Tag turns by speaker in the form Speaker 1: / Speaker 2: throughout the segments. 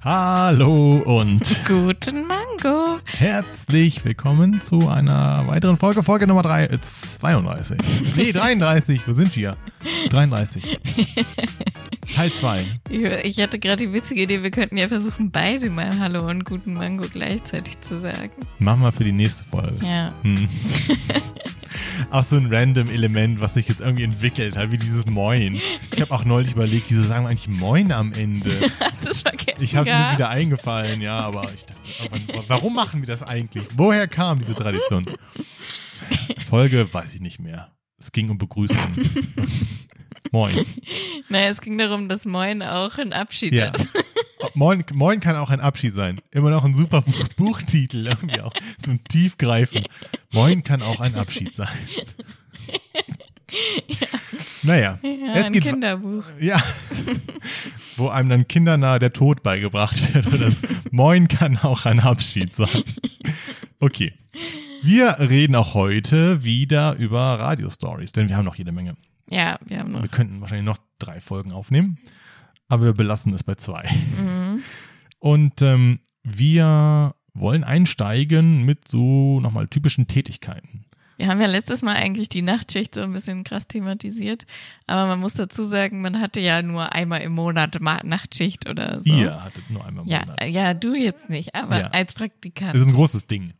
Speaker 1: Hallo und
Speaker 2: Guten Mango.
Speaker 1: herzlich willkommen zu einer weiteren Folge, Folge Nummer 3, äh, 32. Nee, 33, wo sind wir? 33. Teil 2.
Speaker 2: Ich, ich hatte gerade die witzige Idee, wir könnten ja versuchen, beide mal Hallo und guten Mango gleichzeitig zu sagen.
Speaker 1: Machen wir für die nächste Folge.
Speaker 2: Ja.
Speaker 1: Hm. Auch so ein random Element, was sich jetzt irgendwie entwickelt hat, wie dieses Moin. Ich habe auch neulich überlegt, wieso sagen wir eigentlich Moin am Ende?
Speaker 2: Hast du es vergessen?
Speaker 1: Ich habe es
Speaker 2: gehabt?
Speaker 1: wieder eingefallen, ja, aber ich dachte, irgendwann, warum machen wir das eigentlich? Woher kam diese Tradition? Folge weiß ich nicht mehr. Es ging um Begrüßen. Moin.
Speaker 2: Naja, es ging darum, dass Moin auch ein Abschied
Speaker 1: Ja.
Speaker 2: ist.
Speaker 1: Moin. Moin kann auch ein Abschied sein. Immer noch ein super Buch Buchtitel irgendwie auch zum Tiefgreifen. Moin kann auch ein Abschied sein. Naja,
Speaker 2: Ja,
Speaker 1: es
Speaker 2: ein
Speaker 1: geht
Speaker 2: Kinderbuch.
Speaker 1: Ja. Wo einem dann kindernahe der Tod beigebracht wird. Oder das Moin kann auch ein Abschied sein. Okay. Wir reden auch heute wieder über Radio-Stories, denn wir haben noch jede Menge.
Speaker 2: Ja, wir haben noch.
Speaker 1: Wir könnten wahrscheinlich noch drei Folgen aufnehmen, aber wir belassen es bei zwei.
Speaker 2: Mhm.
Speaker 1: Und ähm, wir wollen einsteigen mit so nochmal typischen Tätigkeiten.
Speaker 2: Wir haben ja letztes Mal eigentlich die Nachtschicht so ein bisschen krass thematisiert, aber man muss dazu sagen, man hatte ja nur einmal im Monat Ma Nachtschicht oder so.
Speaker 1: Ihr hattet nur einmal im
Speaker 2: Ja,
Speaker 1: Monat.
Speaker 2: ja, du jetzt nicht, aber
Speaker 1: Ja.
Speaker 2: als Praktikant.
Speaker 1: Das ist ein großes Ding.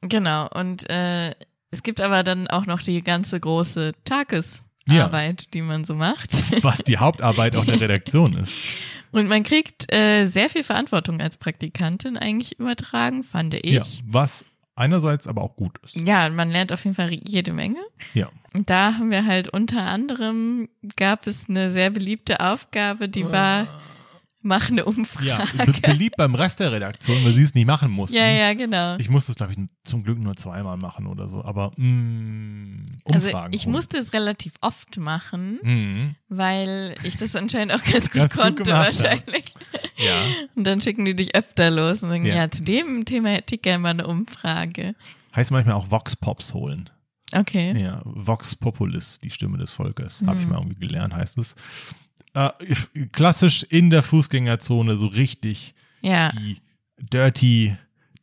Speaker 2: Genau, und äh, es gibt aber dann auch noch die ganze große Tagesarbeit,
Speaker 1: Ja.
Speaker 2: die man so macht.
Speaker 1: Was die Hauptarbeit auch der Redaktion ist.
Speaker 2: Und man kriegt äh, sehr viel Verantwortung als Praktikantin eigentlich übertragen, fand ich.
Speaker 1: Ja, was einerseits aber auch gut ist.
Speaker 2: Ja, man lernt auf jeden Fall jede Menge.
Speaker 1: Ja.
Speaker 2: Und da haben wir halt unter anderem gab es eine sehr beliebte Aufgabe, die war, mach eine
Speaker 1: Ja,
Speaker 2: Umfrage.
Speaker 1: be- beliebt beim Rest der Redaktion, weil sie es nicht machen mussten.
Speaker 2: Ja, ja, genau.
Speaker 1: Ich musste es, glaube ich, zum Glück nur zweimal machen oder so. Aber mh,
Speaker 2: Also
Speaker 1: Umfragen.
Speaker 2: ich
Speaker 1: holen.
Speaker 2: musste es relativ oft machen,
Speaker 1: Mhm,
Speaker 2: weil ich das anscheinend auch ganz gut
Speaker 1: Ganz gut
Speaker 2: konnte
Speaker 1: gemacht, ja.
Speaker 2: wahrscheinlich.
Speaker 1: ja.
Speaker 2: Und dann schicken die dich öfter los und sagen,
Speaker 1: Ja.
Speaker 2: ja, zu dem Thema hätte ich gerne mal eine Umfrage.
Speaker 1: Heißt manchmal auch Vox Pops holen.
Speaker 2: Okay.
Speaker 1: Ja, Vox Populis, die Stimme des Volkes, habe ich
Speaker 2: Mhm.
Speaker 1: mal irgendwie gelernt, heißt es. Äh, f- klassisch in der Fußgängerzone so richtig
Speaker 2: Ja,
Speaker 1: die
Speaker 2: Ah.
Speaker 1: dirty,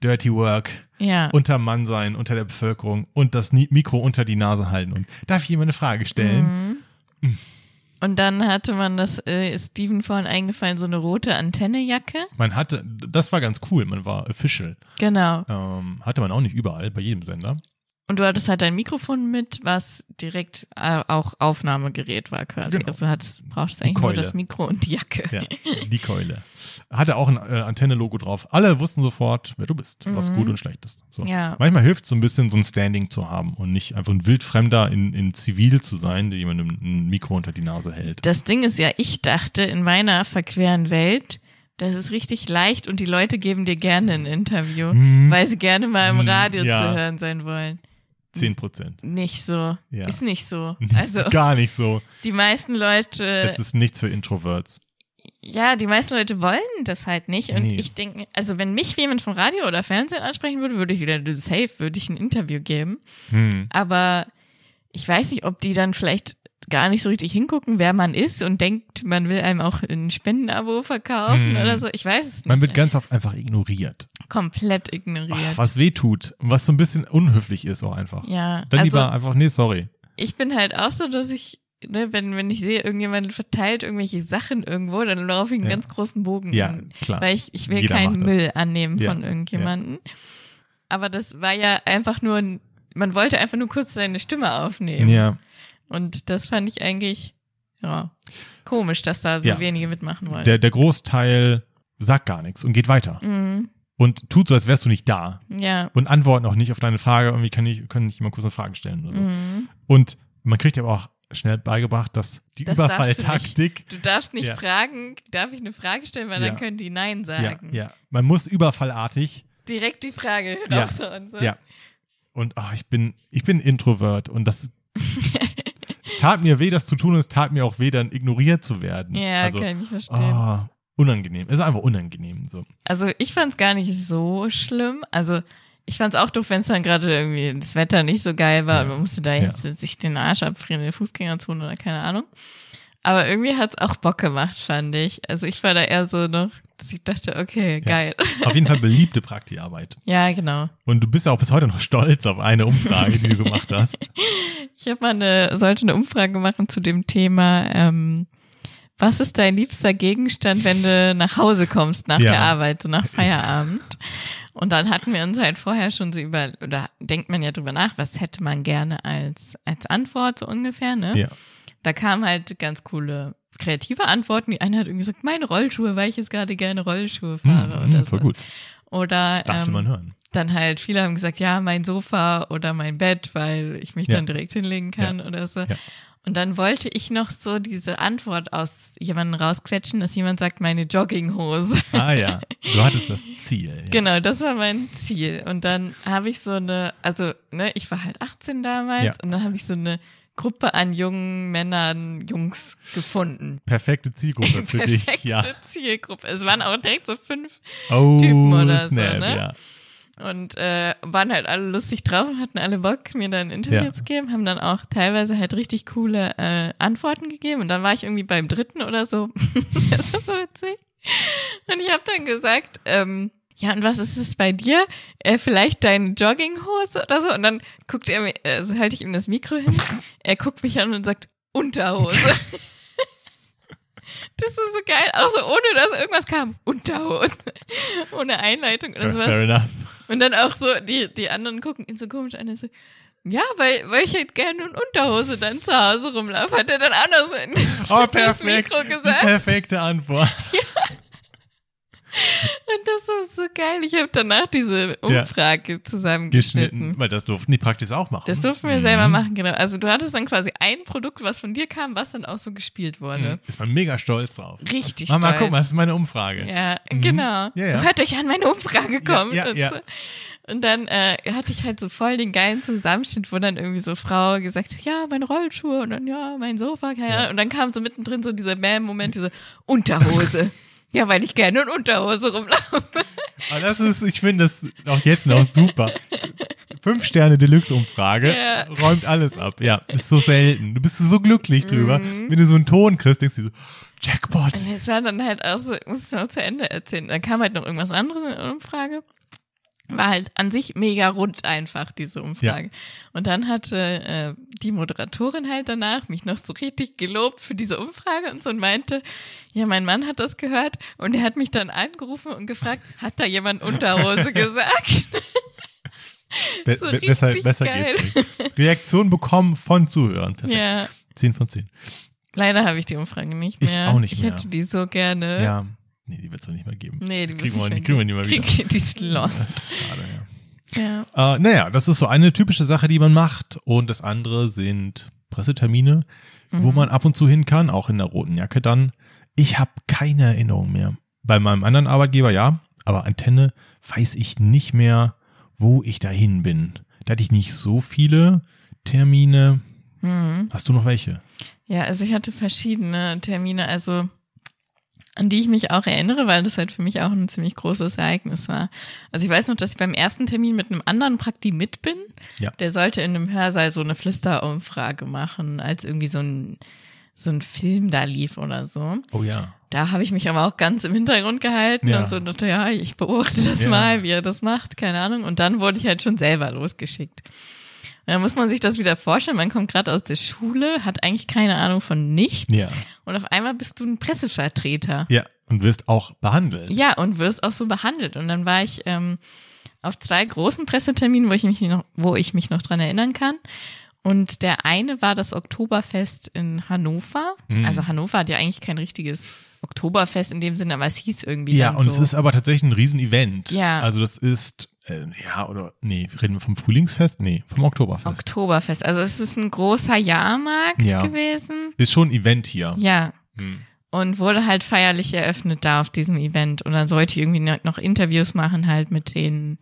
Speaker 1: dirty work
Speaker 2: ja.
Speaker 1: unter Mann sein, unter der Bevölkerung und das Ni- Mikro unter die Nase halten und darf ich jemand eine Frage stellen?
Speaker 2: Mhm. Und dann hatte man das, äh, ist Steven vorhin eingefallen, so eine rote Antennejacke.
Speaker 1: Man hatte, das war ganz cool, man war official.
Speaker 2: Genau.
Speaker 1: Ähm, hatte man auch nicht überall, bei jedem Sender.
Speaker 2: Und du hattest halt dein Mikrofon mit, was direkt äh, auch Aufnahmegerät war quasi.
Speaker 1: Genau.
Speaker 2: Also du hattest, brauchst eigentlich
Speaker 1: Keule.
Speaker 2: nur das Mikro und die Jacke.
Speaker 1: Ja, die Keule. Hatte auch ein äh, Antenne-Logo drauf. Alle wussten sofort, wer du bist, was
Speaker 2: Mhm.
Speaker 1: gut und schlecht ist. So.
Speaker 2: Ja.
Speaker 1: Manchmal hilft es so ein bisschen, so ein Standing zu haben und nicht einfach ein Wildfremder in, in Zivil zu sein, der jemandem ein Mikro unter die Nase hält.
Speaker 2: Das Ding ist ja, ich dachte in meiner verqueren Welt, das ist richtig leicht und die Leute geben dir gerne ein Interview,
Speaker 1: Hm,
Speaker 2: weil sie gerne mal im
Speaker 1: Hm,
Speaker 2: Radio
Speaker 1: ja.
Speaker 2: zu hören sein wollen.
Speaker 1: 10 Prozent.
Speaker 2: Nicht so.
Speaker 1: Ja.
Speaker 2: Ist nicht so. Also äh,
Speaker 1: Gar nicht so.
Speaker 2: die meisten Leute,
Speaker 1: Es ist nichts für Introverts.
Speaker 2: ja, die meisten Leute wollen das halt nicht. Und
Speaker 1: Nee.
Speaker 2: ich denke, also wenn mich jemand vom Radio oder Fernsehen ansprechen würde, würde ich wieder du, safe, würde ich ein Interview geben.
Speaker 1: Hm.
Speaker 2: Aber ich weiß nicht, ob die dann vielleicht gar nicht so richtig hingucken, wer man ist und denkt, man will einem auch ein Spendenabo verkaufen
Speaker 1: Hm.
Speaker 2: oder so. Ich weiß es nicht.
Speaker 1: Man wird ganz oft einfach ignoriert.
Speaker 2: komplett ignoriert.
Speaker 1: Ach, was weh tut, was so ein bisschen unhöflich ist auch einfach.
Speaker 2: ja,
Speaker 1: Dann
Speaker 2: also
Speaker 1: lieber einfach, nee, sorry.
Speaker 2: ich bin halt auch so, dass ich, ne, wenn, wenn ich sehe, irgendjemand verteilt irgendwelche Sachen irgendwo, dann laufe ich einen
Speaker 1: Ja.
Speaker 2: ganz großen Bogen.
Speaker 1: Ja,
Speaker 2: um,
Speaker 1: klar.
Speaker 2: Weil ich, ich will
Speaker 1: Jeder
Speaker 2: keinen
Speaker 1: macht das.
Speaker 2: Müll annehmen
Speaker 1: Ja,
Speaker 2: von irgendjemanden. Aber das war ja einfach nur, ein, man wollte einfach nur kurz seine Stimme aufnehmen.
Speaker 1: Ja,
Speaker 2: Und das fand ich eigentlich, ja, komisch, dass da so
Speaker 1: Ja.
Speaker 2: wenige mitmachen wollen.
Speaker 1: der, der Großteil sagt gar nichts und geht weiter.
Speaker 2: mhm.
Speaker 1: und tut so, als wärst du nicht da
Speaker 2: Ja.
Speaker 1: und antworten auch nicht auf deine Frage. Irgendwie kann ich, können nicht immer kurz eine Frage stellen oder so.
Speaker 2: Mhm.
Speaker 1: Und man kriegt aber auch schnell beigebracht, dass die
Speaker 2: Das darfst du nicht.
Speaker 1: Überfalltaktik.
Speaker 2: Du darfst nicht
Speaker 1: Ja.
Speaker 2: fragen, darf ich eine Frage stellen, weil
Speaker 1: Ja.
Speaker 2: dann können die Nein
Speaker 1: Ja,
Speaker 2: sagen.
Speaker 1: ja. Man muss überfallartig.
Speaker 2: Direkt die Frage
Speaker 1: Ja.
Speaker 2: raus und so.
Speaker 1: Ja. Und ah, ich bin, ich bin Introvert und das. es tat mir weh, das zu tun und es tat mir auch weh, dann ignoriert zu werden.
Speaker 2: Ja,
Speaker 1: also,
Speaker 2: kann ich verstehen.
Speaker 1: ah, unangenehm. Es ist einfach unangenehm. So.
Speaker 2: Also ich fand's gar nicht so schlimm. Also ich fand's auch doof, wenn's dann gerade irgendwie das Wetter nicht so geil war
Speaker 1: Ja.
Speaker 2: und man musste da
Speaker 1: Ja.
Speaker 2: jetzt sich den Arsch abfrieren in der Fußgängerzone oder keine Ahnung. Aber irgendwie hat's auch Bock gemacht, fand ich. Also ich war da eher so noch dass ich dachte, okay, geil.
Speaker 1: Auf jeden Fall beliebte Praktikarbeit.
Speaker 2: Ja, genau.
Speaker 1: Und du bist ja auch bis heute noch stolz auf eine Umfrage, die du gemacht hast.
Speaker 2: Ich habe mal eine, sollte eine Umfrage machen zu dem Thema, ähm, was ist dein liebster Gegenstand, wenn du nach Hause kommst nach
Speaker 1: Ja.
Speaker 2: der Arbeit, so nach Feierabend? Und dann hatten wir uns halt vorher schon so über, oder denkt man ja drüber nach, was hätte man gerne als, als Antwort so ungefähr, ne?
Speaker 1: Ja.
Speaker 2: Da kamen halt ganz coole kreative Antworten. Die eine hat irgendwie gesagt, meine Rollschuhe, weil ich jetzt gerade gerne Rollschuhe fahre
Speaker 1: Mhm,
Speaker 2: oder so.
Speaker 1: voll gut.
Speaker 2: Oder
Speaker 1: Das will man
Speaker 2: ähm,
Speaker 1: hören.
Speaker 2: dann halt, viele haben gesagt, ja, mein Sofa oder mein Bett, weil ich mich
Speaker 1: Ja.
Speaker 2: dann direkt hinlegen kann oder so.
Speaker 1: Ja.
Speaker 2: Und dann wollte ich noch so diese Antwort aus jemandem rausquetschen, dass jemand sagt, meine Jogginghose.
Speaker 1: Ah ja, du hattest das Ziel. Ja.
Speaker 2: Genau, das war mein Ziel. Und dann habe ich so eine, also ne, ich war halt 18 damals
Speaker 1: Ja.
Speaker 2: und dann habe ich so eine Gruppe an jungen Männern, Jungs gefunden.
Speaker 1: Perfekte Zielgruppe für
Speaker 2: Perfekte
Speaker 1: dich, ja.
Speaker 2: Zielgruppe. Es waren auch direkt so fünf
Speaker 1: Oh,
Speaker 2: Typen oder so,
Speaker 1: snap,
Speaker 2: ne?
Speaker 1: ja.
Speaker 2: und äh, waren halt alle lustig drauf und hatten alle Bock, mir dann ein Interview
Speaker 1: Ja.
Speaker 2: zu geben, haben dann auch teilweise halt richtig coole äh, Antworten gegeben und dann war ich irgendwie beim dritten oder so. das war so witzig. Und ich habe dann gesagt, ähm, ja, und was ist es bei dir? Äh, vielleicht deine Jogginghose oder so? Und dann guckt er mir, also halte ich ihm das Mikro hin, er guckt mich an und sagt, Unterhose. Das ist so geil, auch so ohne dass irgendwas kam. Unterhose. Ohne Einleitung oder
Speaker 1: Fair,
Speaker 2: sowas.
Speaker 1: fair enough.
Speaker 2: Und dann auch so, die, die anderen gucken ihn so komisch an. und So, ja, weil, weil ich halt gerne in Unterhose dann zu Hause rumlaufe, hat er dann auch noch so in
Speaker 1: Oh,
Speaker 2: das
Speaker 1: perfekt.
Speaker 2: Mikro
Speaker 1: Die
Speaker 2: gesagt.
Speaker 1: perfekte Antwort.
Speaker 2: Und das war so geil. Ich habe danach diese Umfrage
Speaker 1: Geschnitten, Mhm.
Speaker 2: zusammengeschnitten.
Speaker 1: weil das durften die praktisch auch machen.
Speaker 2: Das durften wir selber machen, genau. Also du hattest dann quasi ein Produkt, was von dir kam, was dann auch so gespielt wurde.
Speaker 1: Mhm. Ist man mega stolz drauf.
Speaker 2: ne? Richtig
Speaker 1: Mama,
Speaker 2: stolz.
Speaker 1: guck mal, das ist meine Umfrage.
Speaker 2: Ja, genau.
Speaker 1: Mhm. Ja, ja.
Speaker 2: Hört euch an, meine Umfrage kommt.
Speaker 1: ja,
Speaker 2: und,
Speaker 1: ja.
Speaker 2: So. und dann äh, hatte ich halt so voll den geilen Zusammenschnitt, wo dann irgendwie so Frau gesagt hat, ja, meine Rollschuhe und dann ja, mein Sofa, keine Ahnung. Und dann kam so mittendrin so dieser Bam-Moment, diese Unterhose. ja, weil ich gerne in Unterhose rumlaufe.
Speaker 1: Aber das ist, ich finde das auch jetzt noch super. Fünf Sterne Deluxe-Umfrage
Speaker 2: Ja.
Speaker 1: räumt alles ab. Ja, ist so selten. Du bist so glücklich drüber.
Speaker 2: Mhm.
Speaker 1: Wenn du so einen Ton kriegst, denkst du so, Jackpot.
Speaker 2: Und es war dann halt auch so, ich muss es noch zu Ende erzählen. Dann kam halt noch irgendwas anderes in der Umfrage. War halt an sich mega rund einfach, diese Umfrage. Und dann hatte äh, die Moderatorin halt danach mich noch so richtig gelobt für diese Umfrage und so und meinte, ja, mein Mann hat das gehört und er hat mich dann angerufen und gefragt, hat da jemand Unterhose gesagt?
Speaker 1: Be
Speaker 2: so
Speaker 1: be besser
Speaker 2: richtig
Speaker 1: besser
Speaker 2: geil.
Speaker 1: geht's nicht. Reaktion bekommen von Zuhörern. Perfekt.
Speaker 2: ja,
Speaker 1: 10 von 10.
Speaker 2: leider habe ich die Umfrage nicht
Speaker 1: Ich
Speaker 2: mehr.
Speaker 1: auch nicht
Speaker 2: ich
Speaker 1: mehr.
Speaker 2: hätte die so gerne.
Speaker 1: Ja. Nee, die wird's doch nicht mehr geben.
Speaker 2: Nee, die,
Speaker 1: kriegen
Speaker 2: muss
Speaker 1: wir, die
Speaker 2: ich
Speaker 1: kriegen wir nicht
Speaker 2: vergeben.
Speaker 1: mehr wieder.
Speaker 2: Krieg, die ist
Speaker 1: Das
Speaker 2: lost.
Speaker 1: ist schade, ja.
Speaker 2: Ja.
Speaker 1: Äh, naja, das ist so eine typische Sache, die man macht. Und das andere sind Pressetermine,
Speaker 2: Mhm.
Speaker 1: wo man ab und zu hin kann, auch in der roten Jacke dann. Ich habe keine Erinnerung mehr. Bei meinem anderen Arbeitgeber ja, aber Antenne weiß ich nicht mehr, wo ich dahin bin. Da hatte ich nicht so viele Termine.
Speaker 2: Mhm.
Speaker 1: Hast du noch welche?
Speaker 2: Ja, also ich hatte verschiedene Termine, also an die ich mich auch erinnere, weil das halt für mich auch ein ziemlich großes Ereignis war. Also ich weiß noch, dass ich beim ersten Termin mit einem anderen Prakti mit bin.
Speaker 1: Ja.
Speaker 2: Der sollte in einem Hörsaal so eine Flisterumfrage machen, als irgendwie so ein so ein Film da lief oder so.
Speaker 1: Oh ja.
Speaker 2: Da habe ich mich aber auch ganz im Hintergrund gehalten
Speaker 1: Ja.
Speaker 2: und so dachte, ja, ich beobachte das
Speaker 1: Ja.
Speaker 2: mal, wie er das macht, keine Ahnung. Und dann wurde ich halt schon selber losgeschickt. Und dann muss man sich das wieder vorstellen, man kommt gerade aus der Schule, hat eigentlich keine Ahnung von nichts
Speaker 1: Ja.
Speaker 2: und auf einmal bist du ein Pressevertreter.
Speaker 1: Ja. Und wirst auch behandelt.
Speaker 2: Ja, und wirst auch so behandelt. Und dann war ich ähm, auf zwei großen Presseterminen, wo ich mich noch, wo ich mich noch dran erinnern kann. Und der eine war das Oktoberfest in Hannover.
Speaker 1: Mhm.
Speaker 2: Also Hannover hat ja eigentlich kein richtiges Oktoberfest in dem Sinne, aber es hieß irgendwie
Speaker 1: Ja,
Speaker 2: dann
Speaker 1: und
Speaker 2: so.
Speaker 1: es ist aber tatsächlich ein Riesenevent.
Speaker 2: Ja.
Speaker 1: Also das ist, äh, ja, oder, nee, reden wir vom Frühlingsfest? Nee, vom Oktoberfest.
Speaker 2: Oktoberfest. Also es ist ein großer Jahrmarkt
Speaker 1: Ja.
Speaker 2: gewesen.
Speaker 1: Ist schon ein Event hier.
Speaker 2: Ja.
Speaker 1: Hm.
Speaker 2: Und wurde halt feierlich eröffnet da auf diesem Event. Und dann sollte ich irgendwie noch noch Interviews machen halt mit den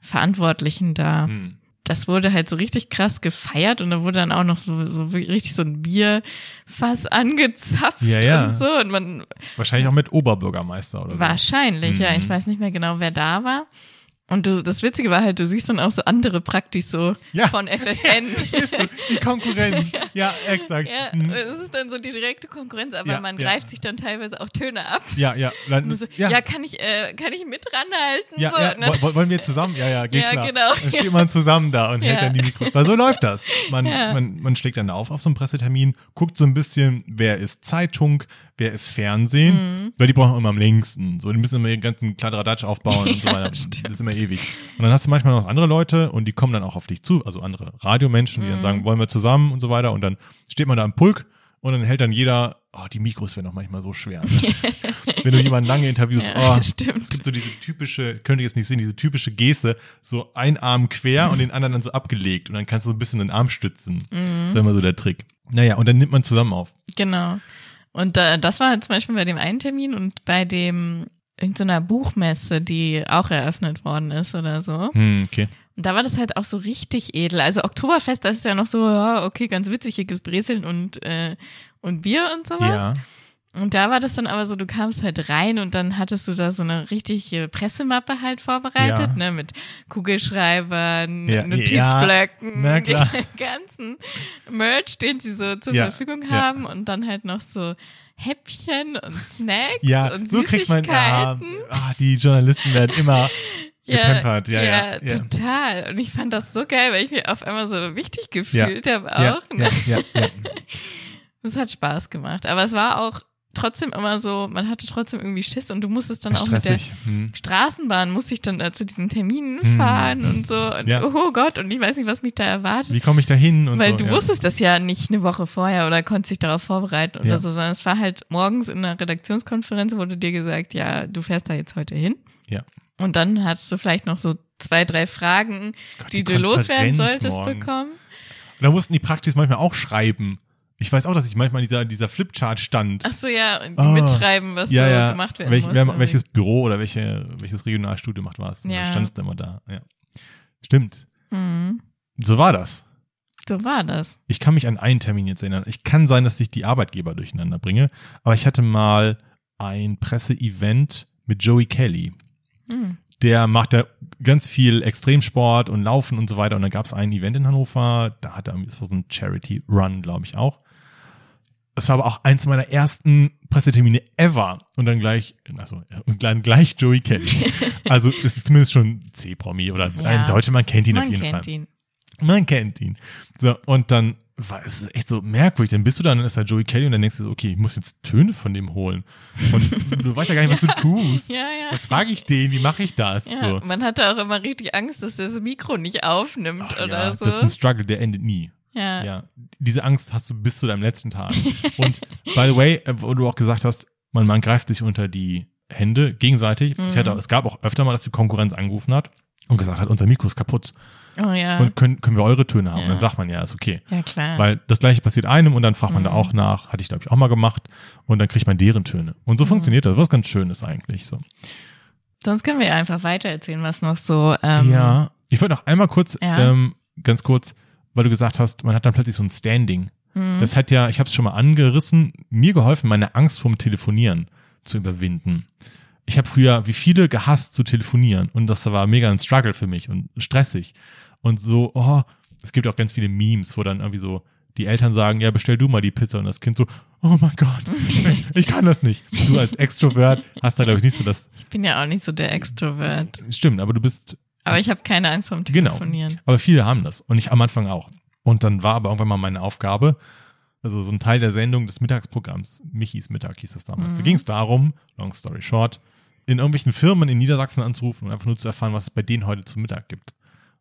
Speaker 2: Verantwortlichen da.
Speaker 1: Hm.
Speaker 2: das wurde halt so richtig krass gefeiert und da wurde dann auch noch so, so wirklich richtig so ein Bierfass angezapft
Speaker 1: Ja, ja.
Speaker 2: und so und man
Speaker 1: Wahrscheinlich auch mit Oberbürgermeister oder so.
Speaker 2: wahrscheinlich, ja,
Speaker 1: Mhm.
Speaker 2: ich weiß nicht mehr genau, wer da war. Und du, das Witzige war halt, du siehst dann auch so andere praktisch so
Speaker 1: Ja.
Speaker 2: von FFN.
Speaker 1: Ist so, die Konkurrenz. Ja, exakt.
Speaker 2: Ja,
Speaker 1: Mhm.
Speaker 2: es ist dann so die direkte Konkurrenz, aber
Speaker 1: Ja,
Speaker 2: man
Speaker 1: ja.
Speaker 2: greift sich dann teilweise auch Töne ab.
Speaker 1: Ja, ja. Dann,
Speaker 2: Und so, ja.
Speaker 1: ja, ja,
Speaker 2: kann ich, äh, kann ich mit ranhalten?
Speaker 1: ja,
Speaker 2: so, ne?
Speaker 1: Woll- woll- Wollen wir zusammen? Ja, ja, geht
Speaker 2: Ja,
Speaker 1: klar.
Speaker 2: genau.
Speaker 1: Dann steht man zusammen da und hält
Speaker 2: Ja.
Speaker 1: dann die Mikros. Weil so läuft das. Man,
Speaker 2: Ja.
Speaker 1: man, man schlägt dann auf auf so einen Pressetermin, guckt so ein bisschen, wer ist Zeitung, wer ist Fernsehen,
Speaker 2: Mhm.
Speaker 1: weil die brauchen immer am längsten. So, die müssen immer ihren ganzen Kladderadatsch aufbauen und so
Speaker 2: Ja,
Speaker 1: weiter.
Speaker 2: stimmt.
Speaker 1: Das ist immer ewig. Und dann hast du manchmal noch andere Leute und die kommen dann auch auf dich zu, also andere Radiomenschen, die
Speaker 2: Mhm.
Speaker 1: dann sagen, wollen wir zusammen und so weiter. Und dann steht man da im Pulk und dann hält dann jeder, oh, die Mikros werden auch manchmal so schwer. Wenn du jemanden lange interviewst,
Speaker 2: Ja,
Speaker 1: oh,
Speaker 2: stimmt.
Speaker 1: es gibt so diese typische, könnte ich jetzt nicht sehen, diese typische Geste, so ein Arm quer und den anderen dann so abgelegt und dann kannst du so ein bisschen den Arm stützen.
Speaker 2: Mhm.
Speaker 1: Das wäre immer so der Trick. Naja, und dann nimmt man zusammen auf.
Speaker 2: Genau. Und äh, das war zum Beispiel bei dem einen Termin und bei dem irgendeiner Buchmesse, die auch eröffnet worden ist oder so.
Speaker 1: Hm, okay.
Speaker 2: Und da war das halt auch so richtig edel. Also Oktoberfest, das ist ja noch so, ja, okay, ganz witzig, hier gibt's Brezeln und, äh, und Bier und
Speaker 1: Ja.
Speaker 2: sowas. Und da war das dann aber so, du kamst halt rein und dann hattest du da so eine richtige Pressemappe halt vorbereitet,
Speaker 1: Ja.
Speaker 2: ne, mit Kugelschreibern,
Speaker 1: Ja, ja,
Speaker 2: Notizblöcken,
Speaker 1: na klar.
Speaker 2: den ganzen Merch, den sie so zur
Speaker 1: Ja,
Speaker 2: Verfügung
Speaker 1: ja.
Speaker 2: haben und dann halt noch so Häppchen und Snacks
Speaker 1: Ja,
Speaker 2: und
Speaker 1: so kriegt man, ah,
Speaker 2: Süßigkeiten.
Speaker 1: ah, die Journalisten werden immer gepampert. Ja, ja,
Speaker 2: ja,
Speaker 1: ja.
Speaker 2: total. Und ich fand das so geil, weil ich mich auf einmal so wichtig gefühlt habe
Speaker 1: ja,
Speaker 2: auch. ne?
Speaker 1: ja, ja, ja.
Speaker 2: Es hat Spaß gemacht, aber es war auch trotzdem immer so, man hatte trotzdem irgendwie Schiss und du musstest dann auch mit der
Speaker 1: Stressig. Hm.
Speaker 2: Straßenbahn musste ich dann da zu diesen Terminen
Speaker 1: Hm.
Speaker 2: fahren und so. Und
Speaker 1: Ja.
Speaker 2: oh Gott, und ich weiß nicht, was mich da erwartet.
Speaker 1: Wie komme ich da hin? und
Speaker 2: Weil
Speaker 1: so,
Speaker 2: du
Speaker 1: ja.
Speaker 2: wusstest das ja nicht eine Woche vorher oder konntest dich darauf vorbereiten oder
Speaker 1: Ja.
Speaker 2: so, sondern es war halt morgens in einer Redaktionskonferenz wurde dir gesagt, ja, du fährst da jetzt heute hin.
Speaker 1: Ja.
Speaker 2: Und dann hattest du vielleicht noch so zwei, drei Fragen,
Speaker 1: Gott,
Speaker 2: die,
Speaker 1: die
Speaker 2: du loswerden
Speaker 1: Konferenz
Speaker 2: solltest
Speaker 1: morgens.
Speaker 2: bekommen.
Speaker 1: Und da mussten die Praktis manchmal auch schreiben. Ich weiß auch, dass ich manchmal an dieser, dieser Flipchart stand.
Speaker 2: Ach so, ja, und
Speaker 1: Ah.
Speaker 2: mitschreiben, was
Speaker 1: ja,
Speaker 2: so
Speaker 1: ja.
Speaker 2: gemacht werden
Speaker 1: Welch,
Speaker 2: muss.
Speaker 1: wer,
Speaker 2: irgendwie.
Speaker 1: welches Büro oder welche, welches Regionalstudio macht was? Und
Speaker 2: Ja.
Speaker 1: Dann standst du immer da. Ja. Stimmt.
Speaker 2: Mhm.
Speaker 1: So war das.
Speaker 2: So war das.
Speaker 1: Ich kann mich an einen Termin jetzt erinnern. Ich kann sein, dass ich die Arbeitgeber durcheinander bringe, aber ich hatte mal ein Presseevent mit Joey Kelly.
Speaker 2: Mhm.
Speaker 1: Der macht da ganz viel Extremsport und Laufen und so weiter. Und dann gab es ein Event in Hannover, da hat er irgendwie, das war so ein Charity-Run, glaube ich, auch. Es war aber auch eins meiner ersten Pressetermine ever. Und dann gleich, also und dann gleich Joey Kelly. also ist zumindest schon C-Promi oder
Speaker 2: Ja.
Speaker 1: ein Deutscher, man kennt ihn
Speaker 2: Man
Speaker 1: auf jeden
Speaker 2: kennt
Speaker 1: Fall.
Speaker 2: ihn.
Speaker 1: Man kennt ihn. So, und dann war es echt so merkwürdig. Dann bist du da, und dann ist da Joey Kelly und dann denkst du so, okay, ich muss jetzt Töne von dem holen. Und du weißt ja gar nicht, was du tust.
Speaker 2: Ja, ja.
Speaker 1: Was frage ich den? Wie mache ich das?
Speaker 2: Ja,
Speaker 1: so.
Speaker 2: man hatte auch immer richtig Angst, dass das Mikro nicht aufnimmt
Speaker 1: Ach
Speaker 2: oder
Speaker 1: ja,
Speaker 2: äh, so.
Speaker 1: Das ist ein Struggle, der endet nie.
Speaker 2: ja.
Speaker 1: Ja. Diese Angst hast du bis zu deinem letzten Tag. Und by the way, äh, wo du auch gesagt hast, man, man greift sich unter die Hände gegenseitig. Ich
Speaker 2: Mhm.
Speaker 1: hatte, auch- es gab auch öfter mal, dass die Konkurrenz angerufen hat und gesagt hat, unser Mikro ist kaputt.
Speaker 2: Oh ja.
Speaker 1: Und können, können wir eure Töne haben? Und
Speaker 2: Ja.
Speaker 1: dann sagt man ja, ist okay.
Speaker 2: ja, klar.
Speaker 1: Weil das gleiche passiert einem und dann fragt man da
Speaker 2: Mhm.
Speaker 1: auch nach, hatte ich glaube ich auch mal gemacht und dann kriegt man deren Töne. Und
Speaker 2: Mhm.
Speaker 1: so funktioniert das, was ganz schön ist eigentlich so.
Speaker 2: Sonst können wir einfach weitererzählen, was noch so. Ähm,
Speaker 1: ja. Ich wollte noch einmal kurz,
Speaker 2: Ja.
Speaker 1: ähm, ganz kurz, weil du gesagt hast, man hat dann plötzlich so ein Standing.
Speaker 2: Mhm.
Speaker 1: Das hat ja, ich habe es schon mal angerissen, mir geholfen, meine Angst vorm Telefonieren zu überwinden. Ich habe früher, wie viele, gehasst zu telefonieren und das war mega ein Struggle für mich und stressig. Und so, oh, es gibt auch ganz viele Memes, wo dann irgendwie so die Eltern sagen, ja, bestell du mal die Pizza und das Kind so, oh mein Gott, ich kann das nicht. Du als Extrovert hast da, glaube ich, nicht so das,
Speaker 2: Ich bin ja auch nicht so der Extrovert.
Speaker 1: stimmt, aber du bist
Speaker 2: Aber ich habe keine Angst vorm
Speaker 1: Genau.
Speaker 2: Telefonieren.
Speaker 1: aber viele haben das. Und ich am Anfang auch. Und dann war aber irgendwann mal meine Aufgabe, also so ein Teil der Sendung des Mittagsprogramms, Michis Mittag hieß das damals.
Speaker 2: Mhm.
Speaker 1: Da ging es darum, long story short, in irgendwelchen Firmen in Niedersachsen anzurufen und einfach nur zu erfahren, was es bei denen heute zum Mittag gibt.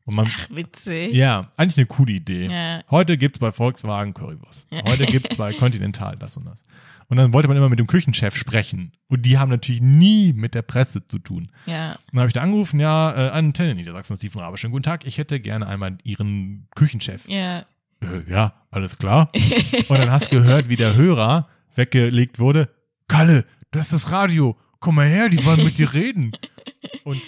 Speaker 1: Und man,
Speaker 2: Ach, witzig.
Speaker 1: ja, eigentlich eine coole Idee.
Speaker 2: Ja.
Speaker 1: Heute gibt's bei Volkswagen Currywurst. Heute gibt's bei Continental das und das. Und dann wollte man immer mit dem Küchenchef sprechen. Und die haben natürlich nie mit der Presse zu tun.
Speaker 2: Ja.
Speaker 1: Dann habe ich da angerufen, ja, äh, Antenne Niedersachsen, Steven Rabe, schönen guten Tag. Ich hätte gerne einmal Ihren Küchenchef.
Speaker 2: Ja.
Speaker 1: Äh, ja, alles klar. Und dann hast du gehört, wie der Hörer weggelegt wurde. Kalle, das ist das Radio. Komm mal her, die wollen mit dir reden. Und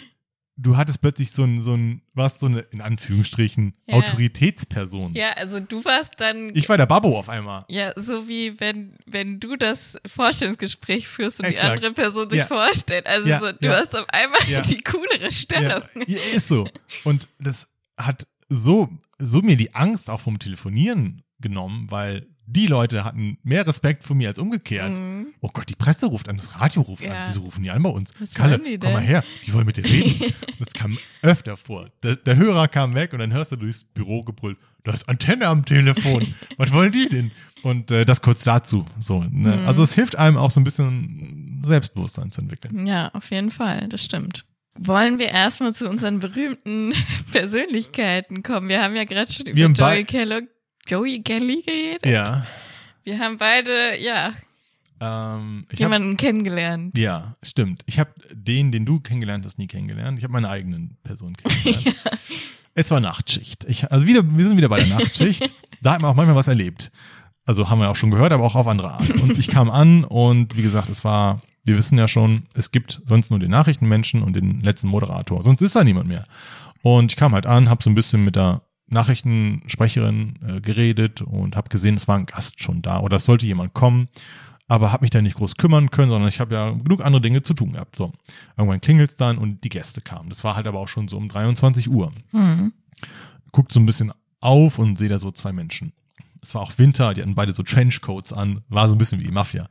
Speaker 1: du hattest plötzlich so ein, so ein, warst so eine, in Anführungsstrichen,
Speaker 2: Ja.
Speaker 1: Autoritätsperson.
Speaker 2: Ja, also du warst dann
Speaker 1: Ich war der Babbo auf einmal.
Speaker 2: ja so wie wenn wenn du das Vorstellungsgespräch führst und die
Speaker 1: Exakt.
Speaker 2: andere Person sich
Speaker 1: Ja.
Speaker 2: vorstellt. Also
Speaker 1: Ja,
Speaker 2: so, du
Speaker 1: ja.
Speaker 2: hast auf einmal
Speaker 1: Ja.
Speaker 2: die coolere Stellung.
Speaker 1: Ja, ja, ist so. Und das hat so, so mir die Angst auch vom Telefonieren genommen, weil die Leute hatten mehr Respekt vor mir als umgekehrt.
Speaker 2: Mhm.
Speaker 1: Oh Gott, die Presse ruft an, das Radio ruft
Speaker 2: Ja.
Speaker 1: an. Wieso rufen die an bei uns?
Speaker 2: Was
Speaker 1: Kalle,
Speaker 2: wollen die
Speaker 1: komm mal
Speaker 2: denn?
Speaker 1: her, die wollen mit dir reden. das kam öfter vor. Der, der Hörer kam weg und dann hörst du durchs Büro gebrüllt, da ist Antenne am Telefon. Was wollen die denn? Und äh, das kurz dazu. So, ne?
Speaker 2: Mhm.
Speaker 1: Also es hilft einem auch so ein bisschen Selbstbewusstsein zu entwickeln.
Speaker 2: Ja, auf jeden Fall, das stimmt. Wollen wir erstmal zu unseren berühmten Persönlichkeiten kommen? Wir haben ja gerade schon über
Speaker 1: Wir haben bei-
Speaker 2: Joey Kellogg, Joey Kelly geredet.
Speaker 1: Ja.
Speaker 2: Wir haben beide, ja,
Speaker 1: Ähm, ich hab,
Speaker 2: jemanden kennengelernt.
Speaker 1: ja, stimmt. Ich habe den, den du kennengelernt hast, nie kennengelernt. Ich habe meine eigenen Personen kennengelernt. Es war Nachtschicht. Ich, also wieder, wir sind wieder bei der Nachtschicht. da hat man auch manchmal was erlebt. Also haben wir auch schon gehört, aber auch auf andere Art. Und ich kam an und wie gesagt, es war, wir wissen ja schon, es gibt sonst nur den Nachrichtenmenschen und den letzten Moderator. Sonst ist da niemand mehr. Und ich kam halt an, habe so ein bisschen mit der Nachrichtensprecherin äh, geredet und habe gesehen, es war ein Gast schon da oder es sollte jemand kommen, aber habe mich da nicht groß kümmern können, sondern ich habe ja genug andere Dinge zu tun gehabt. So, irgendwann klingelt's dann und die Gäste kamen. Das war halt aber auch schon so um 23 Uhr
Speaker 2: Hm.
Speaker 1: guckt so ein bisschen auf und sehe da so zwei Menschen. Es war auch Winter, die hatten beide so Trenchcoats an, war so ein bisschen wie die Mafia.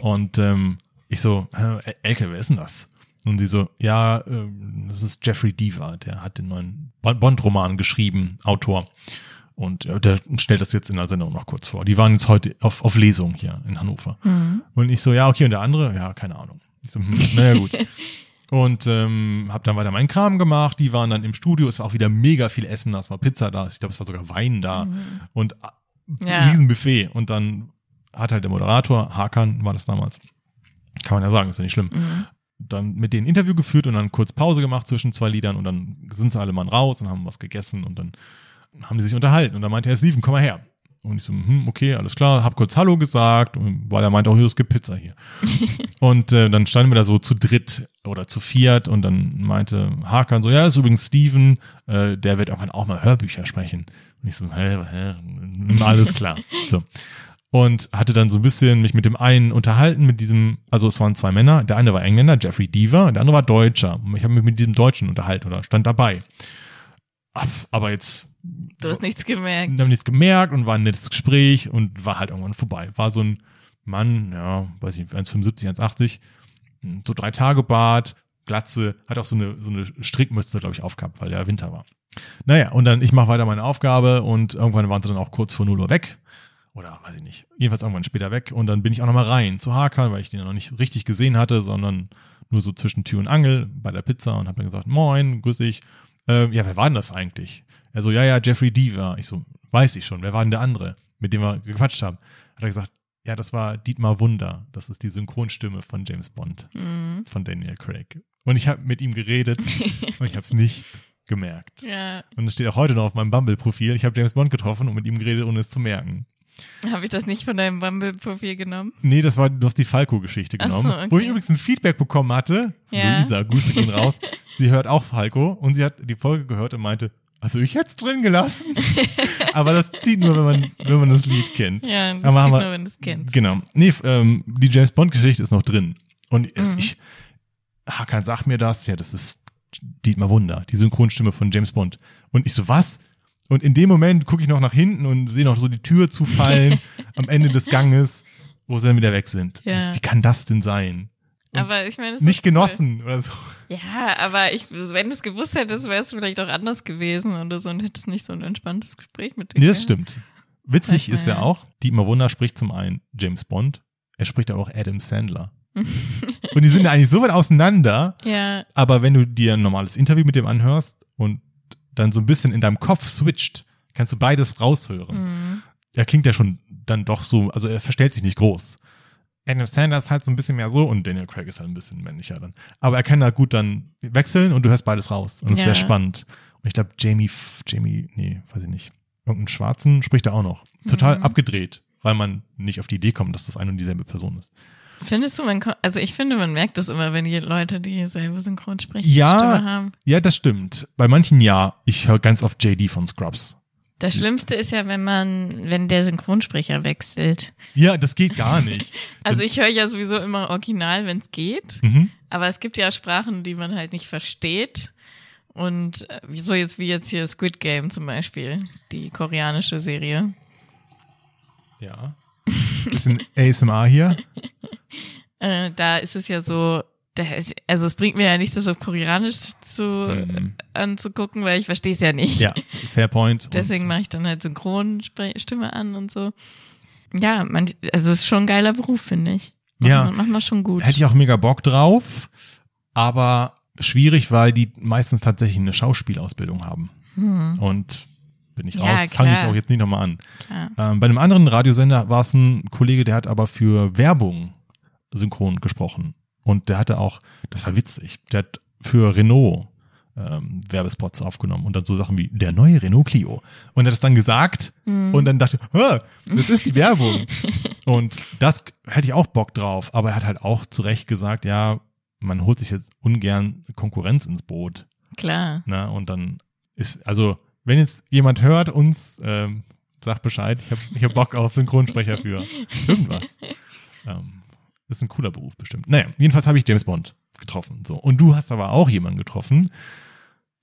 Speaker 1: und ähm, ich so, äh, Elke, wer ist denn das? Und sie so, ja, ähm, das ist Jeffrey Deaver, der hat den neuen Bon- Bond-Roman geschrieben, Autor. Und äh, der stellt das jetzt in der Sendung noch kurz vor. Die waren jetzt heute auf, auf Lesung hier in Hannover.
Speaker 2: hm,
Speaker 1: Und ich so, ja, okay, und der andere? Ja, keine Ahnung. Ich so, hm, naja, gut. Und ähm, habe dann weiter meinen Kram gemacht. Die waren dann im Studio. Es war auch wieder mega viel Essen da. Es war Pizza da. Ich glaube, es war sogar Wein da. Und a-
Speaker 2: Ja.
Speaker 1: ein Riesenbuffet. Und dann hat halt der Moderator, Hakan war das damals, kann man ja sagen, ist ja nicht schlimm,
Speaker 2: hm.
Speaker 1: dann mit denen Interview geführt und dann kurz Pause gemacht zwischen zwei Liedern. Und dann sind sie alle mal raus und haben was gegessen. Und dann haben die sich unterhalten. Und dann meinte er, Steven, komm mal her. Und ich so, hm, okay, alles klar. Hab kurz Hallo gesagt, und- weil er meinte auch, hier, es gibt Pizza hier. Und äh, dann standen wir da so zu dritt oder zu viert und dann meinte Hakan so, ja, das ist übrigens Steven, äh, der wird irgendwann auch mal Hörbücher sprechen. Und ich so, hä, hä, alles klar. So. Und hatte dann so ein bisschen mich mit dem einen unterhalten, mit diesem, also es waren zwei Männer, der eine war Engländer, Jeffrey Deaver, der andere war Deutscher. Und Ich habe mich mit diesem Deutschen unterhalten oder stand dabei. Ab- Aber jetzt
Speaker 2: Du
Speaker 1: Oh.
Speaker 2: hast nichts gemerkt.
Speaker 1: und haben nichts gemerkt und war ein nettes Gespräch und war halt irgendwann vorbei. War so ein Mann, ja, weiß ich, 1,75, 1,80, so drei Tage Bart, Glatze, hat auch so eine, so eine Strickmütze, glaube ich, aufgehabt, weil ja Winter war. Naja, und dann, ich mache weiter meine Aufgabe und irgendwann waren sie dann auch kurz vor 0 Uhr weg. Oder weiß ich nicht. Jedenfalls irgendwann später weg. Und dann bin ich auch nochmal rein zu Hakan, weil ich den ja noch nicht richtig gesehen hatte, sondern nur so zwischen Tür und Angel bei der Pizza und habe dann gesagt, moin, grüß dich. Ähm, ja, wer war denn das eigentlich? Er so, ja, ja, Jeffrey Deaver. Ich so, weiß ich schon, wer war denn der andere, mit dem wir gequatscht haben? Hat er gesagt, ja, das war Dietmar Wunder. Das ist die Synchronstimme von James Bond,
Speaker 2: Mhm.
Speaker 1: von Daniel Craig. Und ich habe mit ihm geredet und ich habe es nicht gemerkt.
Speaker 2: Ja,
Speaker 1: Und es steht auch heute noch auf meinem Bumble-Profil. Ich habe James Bond getroffen und mit ihm geredet, ohne es zu merken.
Speaker 2: habe ich das nicht von deinem Bumble-Profil genommen?
Speaker 1: Nee, das war, du hast die Falco-Geschichte
Speaker 2: Ach so,
Speaker 1: genommen. Wo ich
Speaker 2: okay.
Speaker 1: übrigens ein Feedback bekommen hatte. von
Speaker 2: Ja.
Speaker 1: Luisa, Grüße gehen raus. sie hört auch Falco und sie hat die Folge gehört und meinte, also ich hätte es drin gelassen. Aber das zieht nur, wenn man, wenn man das Lied kennt.
Speaker 2: Ja, das
Speaker 1: Aber
Speaker 2: sieht
Speaker 1: haben wir-
Speaker 2: man, wenn du es kennst.
Speaker 1: Genau. Nee, f- ähm, die James Bond-Geschichte ist noch drin. Und es,
Speaker 2: Mhm.
Speaker 1: ich, Hakan sagt mir das, ja, das ist Dietmar Wunder, die Synchronstimme von James Bond. Und ich so, was? Und in dem Moment gucke ich noch nach hinten und sehe noch so die Tür zufallen am Ende des Ganges, wo sie dann wieder weg sind.
Speaker 2: Ja.
Speaker 1: Und Ich, so, wie kann das denn sein? Und
Speaker 2: Aber ich meine, es ist
Speaker 1: Nicht
Speaker 2: cool.
Speaker 1: genossen oder so.
Speaker 2: Ja, aber ich, wenn du es gewusst hättest, wäre es vielleicht auch anders gewesen oder so und hättest nicht so ein entspanntes Gespräch mit dir.
Speaker 1: Nee, das
Speaker 2: gehabt.
Speaker 1: stimmt. Witzig
Speaker 2: Manchmal,
Speaker 1: ist ja
Speaker 2: ja.
Speaker 1: auch, Dietmar Wunder spricht zum einen James Bond, er spricht aber auch Adam Sandler. und die sind ja eigentlich so weit auseinander,
Speaker 2: Ja,
Speaker 1: Aber wenn du dir ein normales Interview mit dem anhörst und dann so ein bisschen in deinem Kopf switcht, kannst du beides raushören.
Speaker 2: mhm.
Speaker 1: Er klingt ja schon dann doch so, also er verstellt sich nicht groß. Adam Sanders halt so ein bisschen mehr so und Daniel Craig ist halt ein bisschen männlicher dann. Aber er kann da gut dann wechseln und du hörst beides raus. Und das ist sehr
Speaker 2: Ja.
Speaker 1: spannend. Und ich glaube, Jamie, F- Jamie, nee, weiß ich nicht. Irgendeinen Schwarzen spricht er auch noch. Total
Speaker 2: Mhm.
Speaker 1: abgedreht, weil man nicht auf die Idee kommt, dass das eine und dieselbe Person ist.
Speaker 2: Findest du, man kon- also ich finde, man merkt das immer, wenn die Leute dieselbe Synchronsprechstimme
Speaker 1: Ja.
Speaker 2: haben.
Speaker 1: Ja, das stimmt. Bei manchen ja. Ich höre ganz oft JD von Scrubs.
Speaker 2: Das Schlimmste ist ja, wenn man, wenn der Synchronsprecher wechselt.
Speaker 1: Ja, das geht gar nicht.
Speaker 2: Also ich höre ja sowieso immer Original, wenn es geht.
Speaker 1: Mhm.
Speaker 2: Aber es gibt ja Sprachen, die man halt nicht versteht. Und äh, wie- so jetzt wie jetzt hier Squid Game zum Beispiel, die koreanische Serie.
Speaker 1: Ja. Bisschen ASMR hier.
Speaker 2: Äh, da ist es ja so, da ist, also es bringt mir ja nichts, das auf Koreanisch zu
Speaker 1: Mhm.
Speaker 2: anzugucken, weil ich verstehe es ja nicht.
Speaker 1: Ja, fair point. Und-
Speaker 2: Deswegen mache ich dann halt Synchronstimme an und so. Ja, man, also es ist schon ein geiler Beruf, finde ich. Macht
Speaker 1: Ja.
Speaker 2: Man, macht man schon gut.
Speaker 1: Hätte ich auch mega Bock drauf, aber schwierig, weil die meistens tatsächlich eine Schauspielausbildung haben.
Speaker 2: hm,
Speaker 1: Und bin ich
Speaker 2: Ja,
Speaker 1: raus, fange ich
Speaker 2: klar.
Speaker 1: auch jetzt nicht nochmal an.
Speaker 2: klar.
Speaker 1: Ähm, bei einem anderen Radiosender war es ein Kollege, der hat aber für Werbung synchron gesprochen. Und der hatte auch, das war witzig, der hat für Renault ähm, Werbespots aufgenommen und dann so Sachen wie der neue Renault Clio. Und er hat es dann gesagt
Speaker 2: Hm.
Speaker 1: und dann dachte ich, "Hä, das ist die Werbung. und das hätte ich auch Bock drauf. Aber er hat halt auch zu Recht gesagt, ja, man holt sich jetzt ungern Konkurrenz ins Boot.
Speaker 2: klar.
Speaker 1: Na, ne, und dann ist, also, wenn jetzt jemand hört uns, ähm, sagt Bescheid, ich habe ich hab Bock auf Synchronsprecher für irgendwas. Ähm, ist ein cooler Beruf bestimmt. Naja, jedenfalls habe ich James Bond getroffen. So. Und du hast aber auch jemanden getroffen.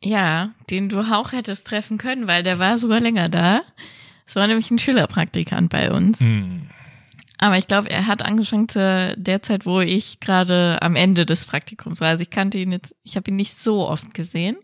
Speaker 2: Ja, den du auch hättest treffen können, weil der war sogar länger da. Es war nämlich ein Schülerpraktikant bei uns.
Speaker 1: Hm.
Speaker 2: Aber ich glaube, er hat angefangen zu der Zeit, wo ich gerade am Ende des Praktikums war. Also ich kannte ihn jetzt, ich habe ihn nicht so oft gesehen.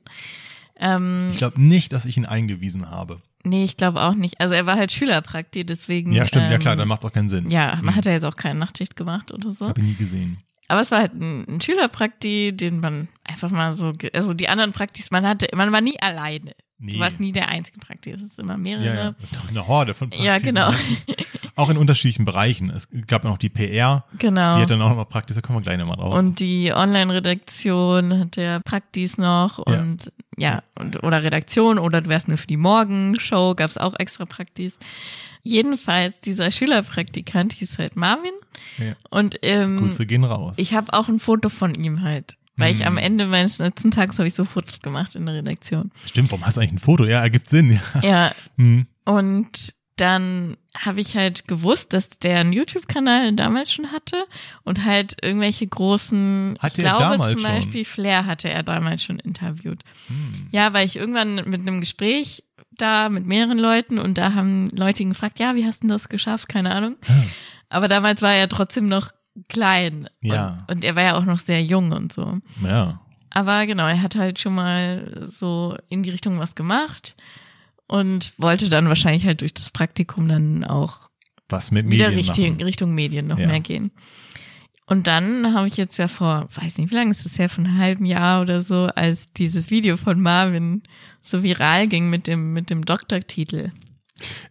Speaker 2: Ähm,
Speaker 1: Ich glaube nicht, dass ich ihn eingewiesen habe.
Speaker 2: nee, ich glaube auch nicht. Also er war halt Schülerpraktik, deswegen.
Speaker 1: Ja, stimmt, ja
Speaker 2: ähm,
Speaker 1: klar, dann macht es auch keinen Sinn.
Speaker 2: Ja, man
Speaker 1: Hm.
Speaker 2: hat ja jetzt auch keine Nachtschicht gemacht oder so.
Speaker 1: Hab ihn nie gesehen.
Speaker 2: Aber es war halt ein, ein Schülerprakti, den man einfach mal so, ge- also die anderen Praktis, man hatte, man war nie alleine.
Speaker 1: Nee.
Speaker 2: Du warst nie der einzige Prakti, es ist immer
Speaker 1: ja, ja.
Speaker 2: mehrere.
Speaker 1: Das ist doch eine Horde von
Speaker 2: Ja, genau,
Speaker 1: Auch in unterschiedlichen Bereichen. Es gab ja noch die PR, die
Speaker 2: genau.
Speaker 1: hat dann auch nochmal Praktis, da kommen wir gleich nochmal drauf.
Speaker 2: Und die Online-Redaktion hat der Praktis noch
Speaker 1: Ja.
Speaker 2: und ja, und, oder Redaktion oder du wärst nur für die Morgenshow, gab es auch extra Praktis. Jedenfalls, dieser Schülerpraktikant hieß halt Marvin
Speaker 1: ja.
Speaker 2: und ähm,
Speaker 1: Grüße gehen raus.
Speaker 2: Ich habe auch ein Foto von ihm halt. Weil ich
Speaker 1: Hm.
Speaker 2: am Ende meines letzten Tages habe ich so Fotos gemacht in der Redaktion.
Speaker 1: Stimmt, warum hast du eigentlich ein Foto? Ja, ergibt Sinn. Ja.
Speaker 2: Ja,
Speaker 1: Hm.
Speaker 2: und dann habe ich halt gewusst, dass der einen YouTube-Kanal damals schon hatte und halt irgendwelche großen,
Speaker 1: Hatte
Speaker 2: ich
Speaker 1: er
Speaker 2: glaube
Speaker 1: damals
Speaker 2: zum
Speaker 1: schon?
Speaker 2: Beispiel Flair hatte er damals schon interviewt.
Speaker 1: Hm.
Speaker 2: Ja, weil ich irgendwann mit einem Gespräch da mit mehreren Leuten und da haben Leute ihn gefragt, ja, wie hast du denn das geschafft? Keine Ahnung.
Speaker 1: Ah.
Speaker 2: Aber damals war er trotzdem noch klein.
Speaker 1: Ja.
Speaker 2: Und, und er war ja auch noch sehr jung und so.
Speaker 1: ja.
Speaker 2: Aber genau, er hat halt schon mal so in die Richtung was gemacht und wollte dann wahrscheinlich halt durch das Praktikum dann auch
Speaker 1: Was mit
Speaker 2: wieder
Speaker 1: Medien
Speaker 2: Richtung,
Speaker 1: machen.
Speaker 2: Richtung Medien noch
Speaker 1: Ja.
Speaker 2: mehr gehen. Und dann habe ich jetzt ja vor, weiß nicht, wie lange ist das her, von einem halben Jahr oder so, als dieses Video von Marvin so viral ging mit dem, mit dem Doktortitel.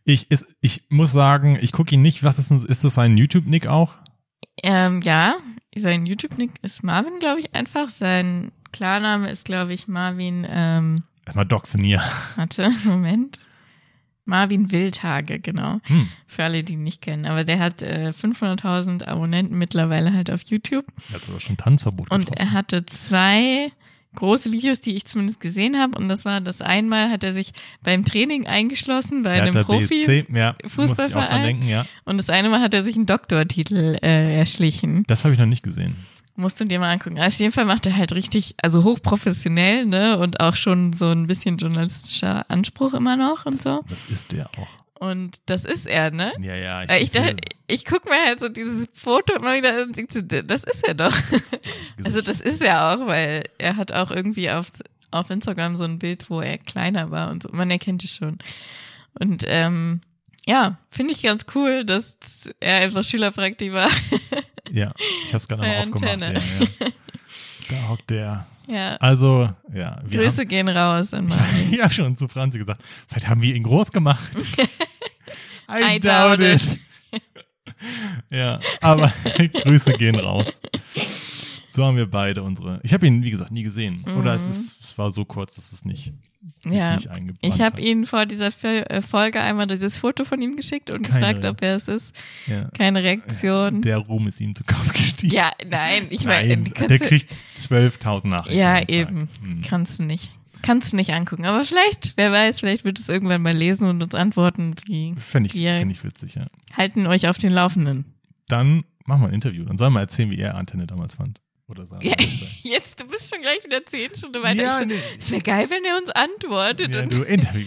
Speaker 1: Ich, ist, ich muss sagen, ich gucke ihn nicht. Was ist denn, ist das sein YouTube-Nick auch?
Speaker 2: Ähm, ja, sein YouTube-Nick ist Marvin, glaube ich, einfach. Sein Klarname ist, glaube ich, Marvin, ähm,
Speaker 1: Erstmal doxen hier.
Speaker 2: Warte, Moment. Marvin Wildhage, genau.
Speaker 1: Hm.
Speaker 2: Für alle, die ihn nicht kennen. Aber der hat äh, 500.000 Abonnenten mittlerweile halt auf YouTube.
Speaker 1: Er hat sogar schon Tanzverbot
Speaker 2: Und
Speaker 1: getroffen.
Speaker 2: er hatte zwei große Videos, die ich zumindest gesehen habe. Und das war das einmal, hat er sich beim Training eingeschlossen bei einem
Speaker 1: Hertha
Speaker 2: Profi.
Speaker 1: BSC, ja, muss ich auch dran
Speaker 2: Fußballverein.
Speaker 1: denken, ja.
Speaker 2: Und das eine Mal hat er sich einen Doktortitel äh, erschlichen.
Speaker 1: Das habe ich noch nicht gesehen.
Speaker 2: Musst du dir mal angucken. Auf jeden Fall macht er halt richtig, also hochprofessionell, ne? Und auch schon so ein bisschen journalistischer Anspruch immer noch und so.
Speaker 1: Das ist der auch.
Speaker 2: Und das ist er, ne?
Speaker 1: Ja, ja. Ich,
Speaker 2: Äh, Ich,
Speaker 1: hab's
Speaker 2: dachte,
Speaker 1: hier
Speaker 2: ich guck mir halt so dieses Foto immer wieder an und denk so, das ist er doch.
Speaker 1: gesehen.
Speaker 2: Also das ist er auch, weil er hat auch irgendwie auf, auf Instagram so ein Bild, wo er kleiner war und so. Man erkennt es schon. Und ähm, ja, finde ich ganz cool, dass er einfach Schülerpraktik war.
Speaker 1: ja, ich habe es gerade nochmal
Speaker 2: Äh,
Speaker 1: aufgemacht. Ja,
Speaker 2: Antenne.
Speaker 1: ja. Da hockt der.
Speaker 2: Ja,
Speaker 1: Also, ja. wir
Speaker 2: Grüße gehen raus an Marvin.
Speaker 1: Haben, ja, schon zu Franzi gesagt. Vielleicht haben wir ihn groß gemacht. I,
Speaker 2: I
Speaker 1: doubt
Speaker 2: doubt
Speaker 1: it. ja, aber Grüße gehen raus. So haben wir beide unsere. Ich habe ihn, wie gesagt, nie gesehen. Oder es, ist, es war so kurz, dass es nicht sich
Speaker 2: Mhm. Ja,
Speaker 1: nicht eingebrannt
Speaker 2: Ich habe
Speaker 1: hat.
Speaker 2: Ihnen vor dieser Fol- äh, Folge einmal dieses Foto von ihm geschickt und
Speaker 1: Keine
Speaker 2: gefragt,
Speaker 1: Re-
Speaker 2: ob er es ist.
Speaker 1: Ja.
Speaker 2: Keine Reaktion.
Speaker 1: Der Ruhm ist ihm zu Kopf gestiegen.
Speaker 2: ja, nein, ich meine,
Speaker 1: Nein, der kriegt 12.000 Nachrichten.
Speaker 2: Ja,
Speaker 1: am Tag.
Speaker 2: eben.
Speaker 1: Hm.
Speaker 2: Kannst du nicht. Kannst du nicht angucken. Aber vielleicht, wer weiß, vielleicht wird es irgendwann mal lesen und uns antworten. Die
Speaker 1: Fände ich,
Speaker 2: Ja.
Speaker 1: fänd ich witzig, ja.
Speaker 2: halten euch auf den Laufenden.
Speaker 1: Dann machen wir ein Interview. Dann sollen wir erzählen, wie er Antenne damals fand. Oder sagen.
Speaker 2: Ja, jetzt, du bist schon gleich wieder zehn Stunden weiter.
Speaker 1: ja,
Speaker 2: ich
Speaker 1: nee.
Speaker 2: so, es wäre geil, wenn er uns antwortet.
Speaker 1: ja
Speaker 2: und
Speaker 1: du Interview.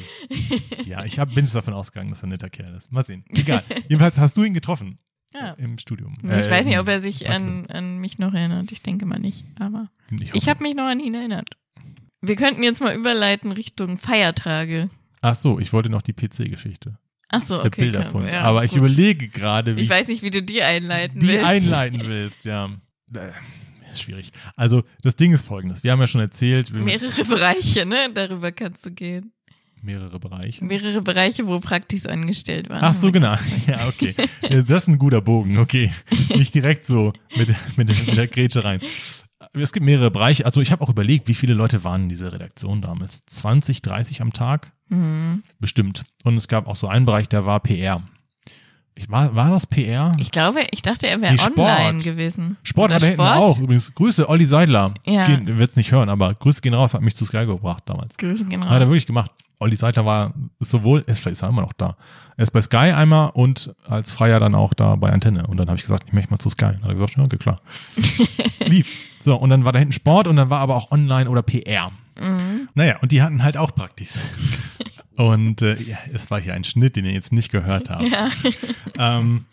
Speaker 1: ja, ich hab, bin jetzt davon ausgegangen, dass er ein netter Kerl ist. Mal sehen. Egal. Jedenfalls hast du ihn getroffen.
Speaker 2: Ja.
Speaker 1: Im Studium.
Speaker 2: ich
Speaker 1: Äh,
Speaker 2: weiß nicht,
Speaker 1: im
Speaker 2: ob er sich an, an mich noch erinnert. Ich denke mal nicht. Aber
Speaker 1: Praktikum. Ich,
Speaker 2: ich
Speaker 1: hoffe.
Speaker 2: habe mich noch an ihn erinnert. Wir könnten jetzt mal überleiten Richtung Feiertage.
Speaker 1: Ach so, ich wollte noch die PC-Geschichte.
Speaker 2: Ach so,
Speaker 1: Der
Speaker 2: okay.
Speaker 1: Bilder
Speaker 2: klar,
Speaker 1: von.
Speaker 2: ja,
Speaker 1: Aber ich
Speaker 2: gut.
Speaker 1: überlege gerade, wie
Speaker 2: Ich weiß nicht, wie du die einleiten
Speaker 1: die
Speaker 2: willst.
Speaker 1: einleiten willst, ja. Äh, Ist schwierig. Also, das Ding ist folgendes. Wir haben ja schon erzählt, wir
Speaker 2: Mehrere Bereiche, ne? Darüber kannst du gehen.
Speaker 1: mehrere Bereiche.
Speaker 2: Mehrere Bereiche, wo Praktis angestellt waren.
Speaker 1: Ach so, genau. Ja, okay. Ja, Das ist ein guter Bogen, okay. Nicht direkt so mit, mit, mit der Grätsche rein. Es gibt mehrere Bereiche. Also ich habe auch überlegt, wie viele Leute waren in dieser Redaktion damals? 20, 30 am Tag?
Speaker 2: Hm.
Speaker 1: Bestimmt. Und es gab auch so einen Bereich, der war PR. Ich, war, war das PR?
Speaker 2: Ich glaube, ich dachte, er wäre
Speaker 1: Nee, Sport.
Speaker 2: online gewesen.
Speaker 1: Sport
Speaker 2: Oder
Speaker 1: hat er hinten auch. Übrigens, Grüße, Olli Seidler.
Speaker 2: Ja.
Speaker 1: Gehen, wird's nicht hören, aber Grüße gehen raus, hat mich zu Sky gebracht damals.
Speaker 2: Grüße gehen
Speaker 1: Hat er
Speaker 2: raus.
Speaker 1: wirklich gemacht. Olli Seidler war sowohl, ist, vielleicht ist er immer noch da. Er ist bei Sky einmal und als Freier dann auch da bei Antenne. Und dann habe ich gesagt, ich möchte mal zu Sky. Dann hat er gesagt, ja, okay, klar. Lief. So, und dann war da hinten Sport und dann war aber auch Online oder PR.
Speaker 2: Mhm.
Speaker 1: Naja, und die hatten halt auch Praktis. und äh, ja, es war hier ein Schnitt, den ihr jetzt nicht gehört habt.
Speaker 2: Ja.
Speaker 1: Ähm,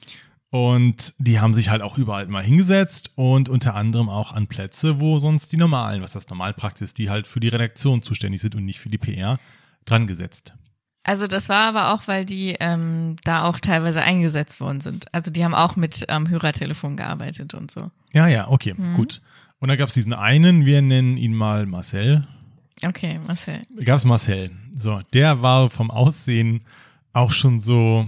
Speaker 1: und die haben sich halt auch überall mal hingesetzt und unter anderem auch an Plätze, wo sonst die normalen, was das Normalpraxis, die halt für die Redaktion zuständig sind und nicht für die PR, dran gesetzt.
Speaker 2: Also das war aber auch, weil die ähm, da auch teilweise eingesetzt worden sind. Also die haben auch mit ähm, Hörertelefon gearbeitet und so.
Speaker 1: Ja, ja, okay, gut. Und dann gab es diesen einen, wir nennen ihn mal Marcel.
Speaker 2: Okay, Marcel.
Speaker 1: Gab es Marcel. So, der war vom Aussehen auch schon so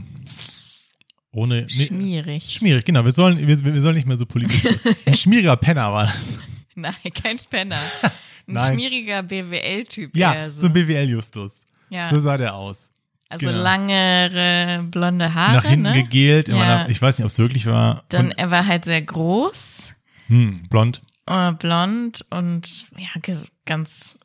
Speaker 1: ohne. nee,
Speaker 2: Schmierig.
Speaker 1: Schmierig, genau. Wir sollen, wir, wir sollen nicht mehr so politisch. Ein schmieriger Penner war das.
Speaker 2: Nein, kein Penner. Ein
Speaker 1: Nein.
Speaker 2: schmieriger BWL-Typ.
Speaker 1: Ja,
Speaker 2: eher
Speaker 1: so ein BWL-Justus.
Speaker 2: ja.
Speaker 1: So sah der aus.
Speaker 2: also
Speaker 1: genau.
Speaker 2: langere blonde Haare,
Speaker 1: nach hinten
Speaker 2: ne?
Speaker 1: gegelt. Immer
Speaker 2: Ja.
Speaker 1: nach, ich weiß nicht, ob es wirklich war.
Speaker 2: Dann
Speaker 1: und,
Speaker 2: er war halt sehr groß,
Speaker 1: hm, blond.
Speaker 2: äh, blond und ja, ges- ganz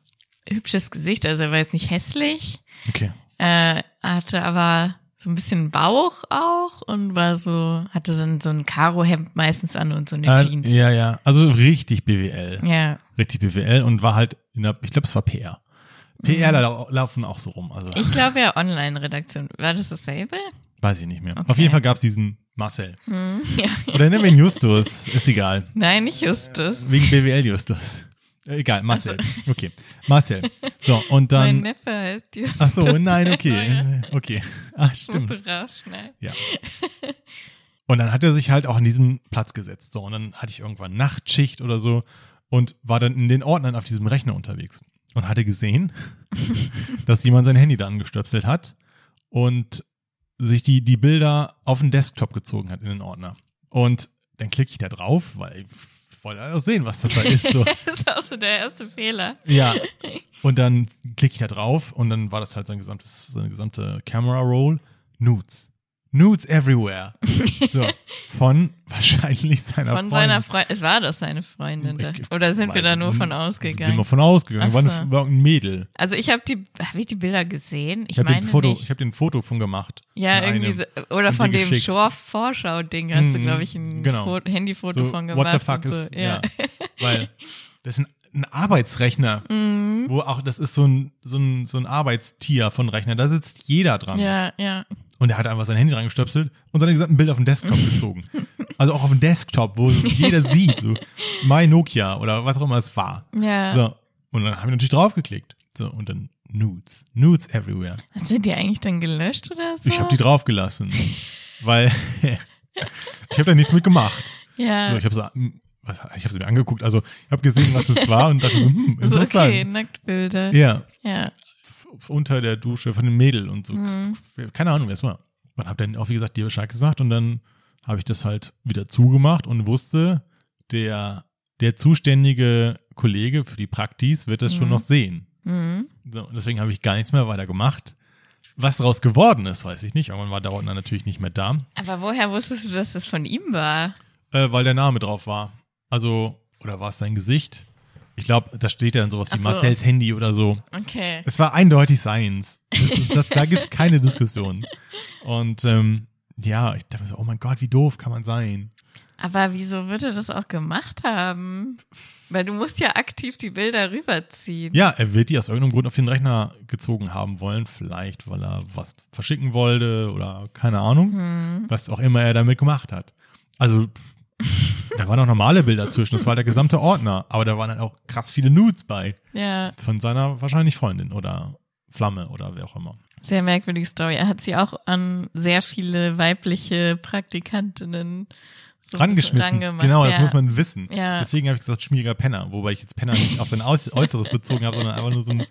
Speaker 2: hübsches Gesicht. Also er war jetzt nicht hässlich,
Speaker 1: Okay.
Speaker 2: äh, hatte aber so ein bisschen Bauch auch und war so, hatte so ein, so ein Karohemd meistens an und so eine
Speaker 1: Ah,
Speaker 2: Jeans.
Speaker 1: ja, ja. Also richtig BWL.
Speaker 2: ja.
Speaker 1: Richtig BWL und war halt in der, ich glaube, es war PR. PR lau laufen auch so rum. Also
Speaker 2: Mhm. Ich glaube ja Online-Redaktion. War das dasselbe?
Speaker 1: weiß ich nicht mehr. Auf
Speaker 2: Okay.
Speaker 1: jeden Fall gab es diesen Marcel.
Speaker 2: Hm, ja.
Speaker 1: Oder nennen wir ihn Justus. Ist egal.
Speaker 2: Nein, nicht Justus.
Speaker 1: Wegen BWL Justus. Äh, Egal, Marcel. Okay. Marcel. So, und
Speaker 2: Also mein
Speaker 1: dann.
Speaker 2: Neffe heißt Justus. Oh
Speaker 1: Ach so, nein,
Speaker 2: Ja,
Speaker 1: okay. Okay. Ach,
Speaker 2: Das musst
Speaker 1: stimmt.
Speaker 2: du rausschneiden.
Speaker 1: Ja. Und dann hat er sich halt auch an diesen Platz gesetzt. So, und dann hatte ich irgendwann Nachtschicht oder so und war dann in den Ordnern auf diesem Rechner unterwegs und hatte gesehen, dass jemand sein Handy da angestöpselt hat und sich die, die Bilder auf den Desktop gezogen hat in den Ordner. Und dann klicke ich da drauf, weil ich wollte auch sehen, was das da ist. So.
Speaker 2: Das ist auch so der erste Fehler.
Speaker 1: Ja. Und dann klicke ich da drauf und dann war das halt sein gesamtes, seine gesamte Camera Roll. Nudes. Nudes everywhere. So. Von wahrscheinlich seiner
Speaker 2: Von seiner Freundin. Es war doch seine Freundin. Da.
Speaker 1: Ich-
Speaker 2: Oder sind
Speaker 1: weiß
Speaker 2: wir da
Speaker 1: ich
Speaker 2: nur
Speaker 1: nicht.
Speaker 2: von
Speaker 1: Sind wir
Speaker 2: ausgegangen?
Speaker 1: von ausgegangen.
Speaker 2: Ach
Speaker 1: War,
Speaker 2: so.
Speaker 1: eine, war ein Mädel.
Speaker 2: Also ich habe die, habe ich die Bilder gesehen?
Speaker 1: Ich
Speaker 2: Ich,
Speaker 1: habe
Speaker 2: meine
Speaker 1: den Foto, ich
Speaker 2: nicht.
Speaker 1: habe den Foto von gemacht.
Speaker 2: Ja,
Speaker 1: Von
Speaker 2: irgendwie
Speaker 1: einem.
Speaker 2: so, oder
Speaker 1: Und
Speaker 2: von
Speaker 1: die
Speaker 2: dem
Speaker 1: geschickt.
Speaker 2: Shore-Vorschau-Ding hast du,
Speaker 1: Mhm,
Speaker 2: glaube ich, ein
Speaker 1: genau.
Speaker 2: Fo- Handyfoto
Speaker 1: So,
Speaker 2: von
Speaker 1: what
Speaker 2: gemacht.
Speaker 1: the fuck
Speaker 2: und so.
Speaker 1: ist, ja. Weil das ist ein, ein Arbeitsrechner,
Speaker 2: Mhm.
Speaker 1: wo auch, das ist so ein, so ein, so ein Arbeitstier von Rechner. Da sitzt jeder dran.
Speaker 2: ja, ja.
Speaker 1: Und er hat einfach sein Handy reingestöpselt und seine gesamten Bilder auf den Desktop gezogen. Also auch auf den Desktop, wo jeder sieht, so My Nokia oder was auch immer es war.
Speaker 2: ja.
Speaker 1: So. Und dann habe ich natürlich draufgeklickt. So, und dann Nudes. Nudes everywhere.
Speaker 2: Hast du die eigentlich dann gelöscht oder so?
Speaker 1: Ich habe die draufgelassen. weil ich habe da nichts mit gemacht.
Speaker 2: Ja.
Speaker 1: So, ich habe ich hab sie mir angeguckt. Also ich habe gesehen, was es war und dachte so, hm,
Speaker 2: so,
Speaker 1: interessant.
Speaker 2: okay, Nacktbilder.
Speaker 1: Ja.
Speaker 2: ja.
Speaker 1: f- unter der Dusche von einem Mädel und so.
Speaker 2: Mhm.
Speaker 1: Keine Ahnung, wer es war. Und habe dann auch, wie gesagt, dir Bescheid gesagt und dann habe ich das halt wieder zugemacht und wusste, der, der zuständige Kollege für die Praktis wird das schon
Speaker 2: Mhm.
Speaker 1: noch sehen.
Speaker 2: Mhm.
Speaker 1: So, und deswegen habe ich gar nichts mehr weiter gemacht. Was daraus geworden ist, weiß ich nicht. Irgendwann war Dauernd dann natürlich nicht mehr da,
Speaker 2: Aber woher wusstest du, dass das von ihm war?
Speaker 1: äh, weil der Name drauf war. Also, oder war es sein Gesicht? Ich glaube, da steht dann sowas wie
Speaker 2: Ach so.
Speaker 1: Marcells Handy oder so.
Speaker 2: Okay.
Speaker 1: Es war eindeutig seins. Das, ist- das, da gibt's keine Diskussion. Und ähm, ja, ich dachte mir so, oh mein Gott, wie doof kann man sein?
Speaker 2: Aber wieso wird er das auch gemacht haben? Weil du musst ja aktiv die Bilder rüberziehen.
Speaker 1: Ja, er wird die aus irgendeinem Grund auf den Rechner gezogen haben wollen. Vielleicht, weil er was verschicken wollte oder keine Ahnung. Was auch immer er damit gemacht hat. Also, da waren auch normale Bilder zwischen. Das war halt der gesamte Ordner. Aber da waren dann auch krass viele Nudes bei.
Speaker 2: Ja,
Speaker 1: Von seiner wahrscheinlich Freundin oder Flamme oder wer auch immer.
Speaker 2: sehr merkwürdige Story. Er hat sie auch an sehr viele weibliche Praktikantinnen so
Speaker 1: rangeschmissen.
Speaker 2: rangemacht.
Speaker 1: Genau, das
Speaker 2: ja.
Speaker 1: muss man wissen.
Speaker 2: Ja.
Speaker 1: Deswegen habe ich gesagt, schmieriger Penner, wobei ich jetzt Penner nicht auf sein Aus Äußeres bezogen habe, sondern einfach nur so ein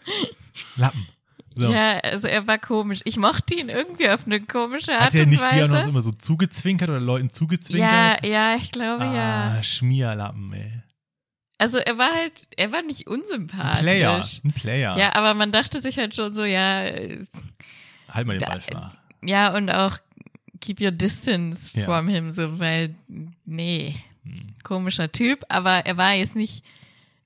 Speaker 1: Lappen. So.
Speaker 2: Ja, also er war komisch. Ich mochte ihn irgendwie auf eine komische Art
Speaker 1: Hat er
Speaker 2: und
Speaker 1: nicht dir auch noch
Speaker 2: Weise.
Speaker 1: immer so zugezwinkert oder Leuten
Speaker 2: ja,
Speaker 1: zugezwinkert?
Speaker 2: ja, ich glaube ja.
Speaker 1: Ah, Schmierlappen, ey.
Speaker 2: Also er war halt, er war nicht
Speaker 1: Ein
Speaker 2: unsympathisch.
Speaker 1: Player, ein Player.
Speaker 2: Ah, Ja, aber man dachte sich halt schon so, ja, äh,
Speaker 1: Halt mal den
Speaker 2: Da-
Speaker 1: Ball flach.
Speaker 2: ja und auch keep your distance
Speaker 1: Ja.
Speaker 2: from him, so weil, nee,
Speaker 1: Hm.
Speaker 2: komischer Typ, aber er war jetzt nicht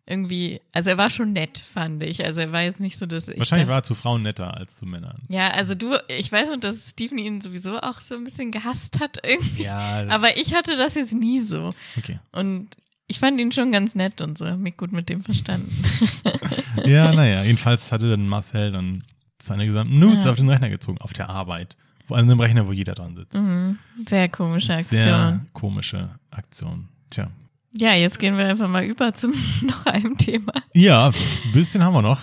Speaker 2: irgendwie, also er war schon nett, fand ich. Also er war jetzt nicht so, dass ich
Speaker 1: Wahrscheinlich
Speaker 2: dachte-
Speaker 1: war er zu Frauen netter als zu Männern.
Speaker 2: ja, also du, ich weiß noch, dass Steven ihn sowieso auch so ein bisschen gehasst hat irgendwie.
Speaker 1: Ja, das-
Speaker 2: Aber ich hatte das jetzt nie so.
Speaker 1: Okay.
Speaker 2: Und ich fand ihn schon ganz nett und so, hab mich gut mit dem verstanden.
Speaker 1: Ja, naja, jedenfalls hatte dann Marcel dann seine gesamten Nudes
Speaker 2: Ja.
Speaker 1: auf den Rechner gezogen, auf der Arbeit. Wo- An einem Rechner, wo jeder dran sitzt.
Speaker 2: Mhm. Sehr komische Aktion.
Speaker 1: Sehr komische Aktion. Tja.
Speaker 2: Ja, jetzt gehen wir einfach mal über zum noch einem Thema.
Speaker 1: Ja, ein bisschen haben wir noch.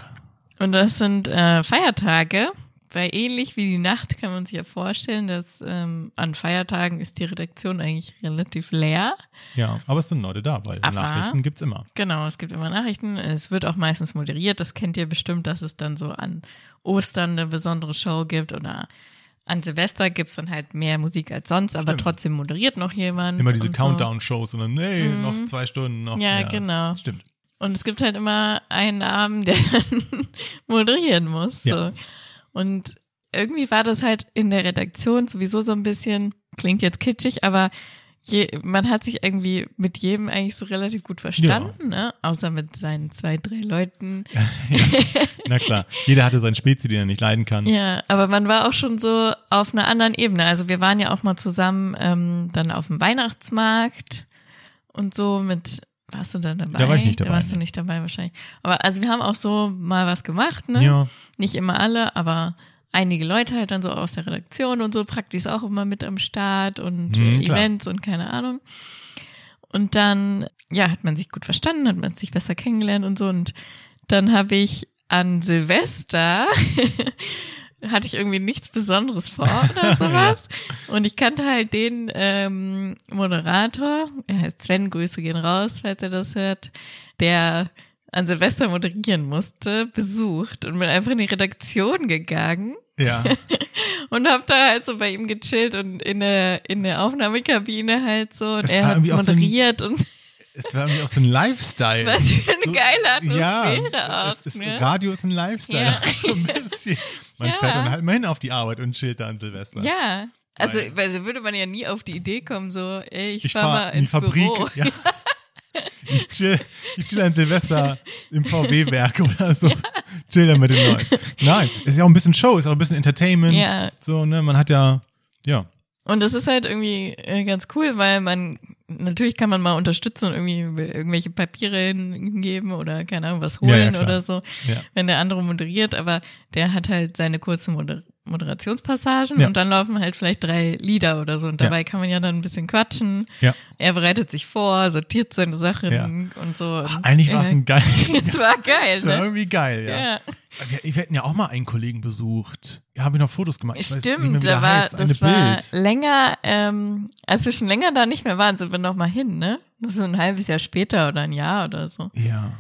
Speaker 2: Und das sind äh, Feiertage, weil ähnlich wie die Nacht kann man sich ja vorstellen, dass ähm, an Feiertagen ist die Redaktion eigentlich relativ leer.
Speaker 1: Ja, aber es sind Leute da, weil
Speaker 2: Aber-
Speaker 1: Nachrichten gibt's immer.
Speaker 2: Genau, es gibt immer Nachrichten. Es wird auch meistens moderiert. Das kennt ihr bestimmt, dass es dann so an Ostern eine besondere Show gibt oder an Silvester gibt's dann halt mehr Musik als sonst, aber
Speaker 1: Stimmt.
Speaker 2: trotzdem moderiert noch jemand.
Speaker 1: Immer diese
Speaker 2: und so. Mhm.
Speaker 1: Countdown-Shows und dann, nee, noch zwei Stunden noch.
Speaker 2: Ja, genau.
Speaker 1: das Stimmt.
Speaker 2: Und es gibt halt immer einen Abend, der dann moderieren muss. So.
Speaker 1: Ja.
Speaker 2: Und irgendwie war das halt in der Redaktion sowieso so ein bisschen, klingt jetzt kitschig, aber je, man hat sich irgendwie mit jedem eigentlich so relativ gut verstanden, ne? Außer mit seinen zwei, drei Leuten.
Speaker 1: Na klar. Jeder hatte seinen Spezi, den er nicht leiden kann.
Speaker 2: Ja, aber man war auch schon so auf einer anderen Ebene. Also wir waren ja auch mal zusammen ähm, dann auf dem Weihnachtsmarkt und so mit. Warst du dann dabei?
Speaker 1: war ich nicht
Speaker 2: Da
Speaker 1: dabei,
Speaker 2: warst du
Speaker 1: nee.
Speaker 2: nicht dabei wahrscheinlich. Aber also wir haben auch so mal was gemacht, ne?
Speaker 1: Ja.
Speaker 2: Nicht immer alle, aber einige Leute halt dann so aus der Redaktion und so. Prakti ist auch immer mit am Start und
Speaker 1: Mhm,
Speaker 2: äh,
Speaker 1: klar.
Speaker 2: Events und keine Ahnung. Und dann, ja, hat man sich gut verstanden, hat man sich besser kennengelernt und so. Und dann habe ich an Silvester hatte ich irgendwie nichts Besonderes vor oder sowas. Und ich kannte halt den ähm, Moderator, er heißt Sven, Grüße gehen raus, falls er das hört, der an Silvester moderieren musste, besucht und bin einfach in die Redaktion gegangen
Speaker 1: Ja.
Speaker 2: und hab da halt so bei ihm gechillt und in der in der Aufnahmekabine halt so und
Speaker 1: Das
Speaker 2: er
Speaker 1: war
Speaker 2: hat
Speaker 1: irgendwie auch so ein-
Speaker 2: moderiert und
Speaker 1: es war irgendwie auch so ein Lifestyle.
Speaker 2: was für eine
Speaker 1: So-
Speaker 2: geile Atmosphäre
Speaker 1: ja,
Speaker 2: auch.
Speaker 1: es ist,
Speaker 2: ne?
Speaker 1: Radio ist ein Lifestyle,
Speaker 2: Ja.
Speaker 1: so ein bisschen. Man
Speaker 2: Ja.
Speaker 1: fährt dann halt mal hin auf die Arbeit und chillt da an Silvester.
Speaker 2: Ja. Also,
Speaker 1: Weil-
Speaker 2: weil so würde man ja nie auf die Idee kommen, so, ey, ich,
Speaker 1: ich
Speaker 2: fahr mal
Speaker 1: fahre in die
Speaker 2: ins
Speaker 1: Fabrik.
Speaker 2: Büro.
Speaker 1: Ja. Ich chill, ich chill an Silvester im VW-Werk oder so. Chill dann mit den Leuten. Nein, es ist ja auch ein bisschen Show, ist auch ein bisschen Entertainment.
Speaker 2: Ja.
Speaker 1: So, ne, man hat ja, ja,
Speaker 2: Und das ist halt irgendwie äh, ganz cool, weil man, natürlich kann man mal unterstützen und irgendwie irgendwelche Papiere hingeben oder keine Ahnung, was
Speaker 1: Ja, ja,
Speaker 2: holen
Speaker 1: klar.
Speaker 2: oder so,
Speaker 1: ja.
Speaker 2: wenn der andere moderiert, aber der hat halt seine kurzen Moder Moderationspassagen
Speaker 1: Ja.
Speaker 2: und dann laufen halt vielleicht drei Lieder oder so und
Speaker 1: Ja.
Speaker 2: dabei kann man ja dann ein bisschen quatschen.
Speaker 1: ja.
Speaker 2: Er bereitet sich vor, sortiert seine Sachen
Speaker 1: Ja.
Speaker 2: und so. Und,
Speaker 1: Eigentlich war es ein geil.
Speaker 2: es war Hm, äh, geil,
Speaker 1: Es war
Speaker 2: ne?
Speaker 1: irgendwie geil, ja.
Speaker 2: Ja.
Speaker 1: Wir, wir hätten ja auch mal einen Kollegen besucht. Da habe ich noch Fotos gemacht. Ich weiß nicht mehr,
Speaker 2: Stimmt,
Speaker 1: wie
Speaker 2: da
Speaker 1: der
Speaker 2: war,
Speaker 1: heißt. Eine
Speaker 2: das war
Speaker 1: Bild.
Speaker 2: länger, ähm, als wir schon länger da nicht mehr waren, sind wir noch mal hin, ne? Nur so ein halbes Jahr später oder ein Jahr oder so.
Speaker 1: Ja.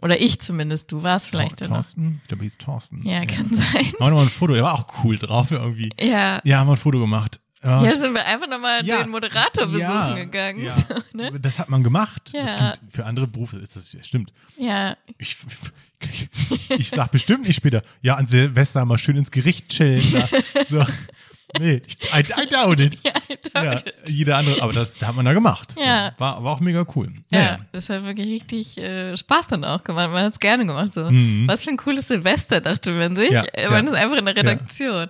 Speaker 2: Oder ich zumindest, du warst vielleicht
Speaker 1: Tor
Speaker 2: dann noch.
Speaker 1: Thorsten? Ich glaube, hieß Thorsten.
Speaker 2: Ja, kann sein.
Speaker 1: Machen wir mal ein Foto. Der war auch cool drauf irgendwie.
Speaker 2: Ja,
Speaker 1: Ja, haben wir ein Foto gemacht. Ja,
Speaker 2: Hier sind wir einfach nochmal
Speaker 1: Ja.
Speaker 2: den Moderator besuchen
Speaker 1: Ja.
Speaker 2: gegangen.
Speaker 1: Ja.
Speaker 2: So, ne?
Speaker 1: Das hat man gemacht.
Speaker 2: Ja.
Speaker 1: Das klingt, für andere Berufe ist das stimmt.
Speaker 2: ja.
Speaker 1: Ich, ich, ich sag bestimmt nicht später, ja, an Silvester mal schön ins Gericht chillen. Da. So. Nee, ich, I, I doubt it.
Speaker 2: Ja, I doubt
Speaker 1: Ja,
Speaker 2: it.
Speaker 1: jeder andere, aber das hat man da gemacht.
Speaker 2: Ja.
Speaker 1: So, war, war auch mega cool.
Speaker 2: Ja,
Speaker 1: Naja.
Speaker 2: das hat wirklich richtig äh, Spaß dann auch gemacht. Man hat es gerne gemacht. So.
Speaker 1: Mhm.
Speaker 2: Was für ein cooles Silvester, dachte man sich.
Speaker 1: Ja,
Speaker 2: Äh, man
Speaker 1: ja.
Speaker 2: ist einfach in der Redaktion.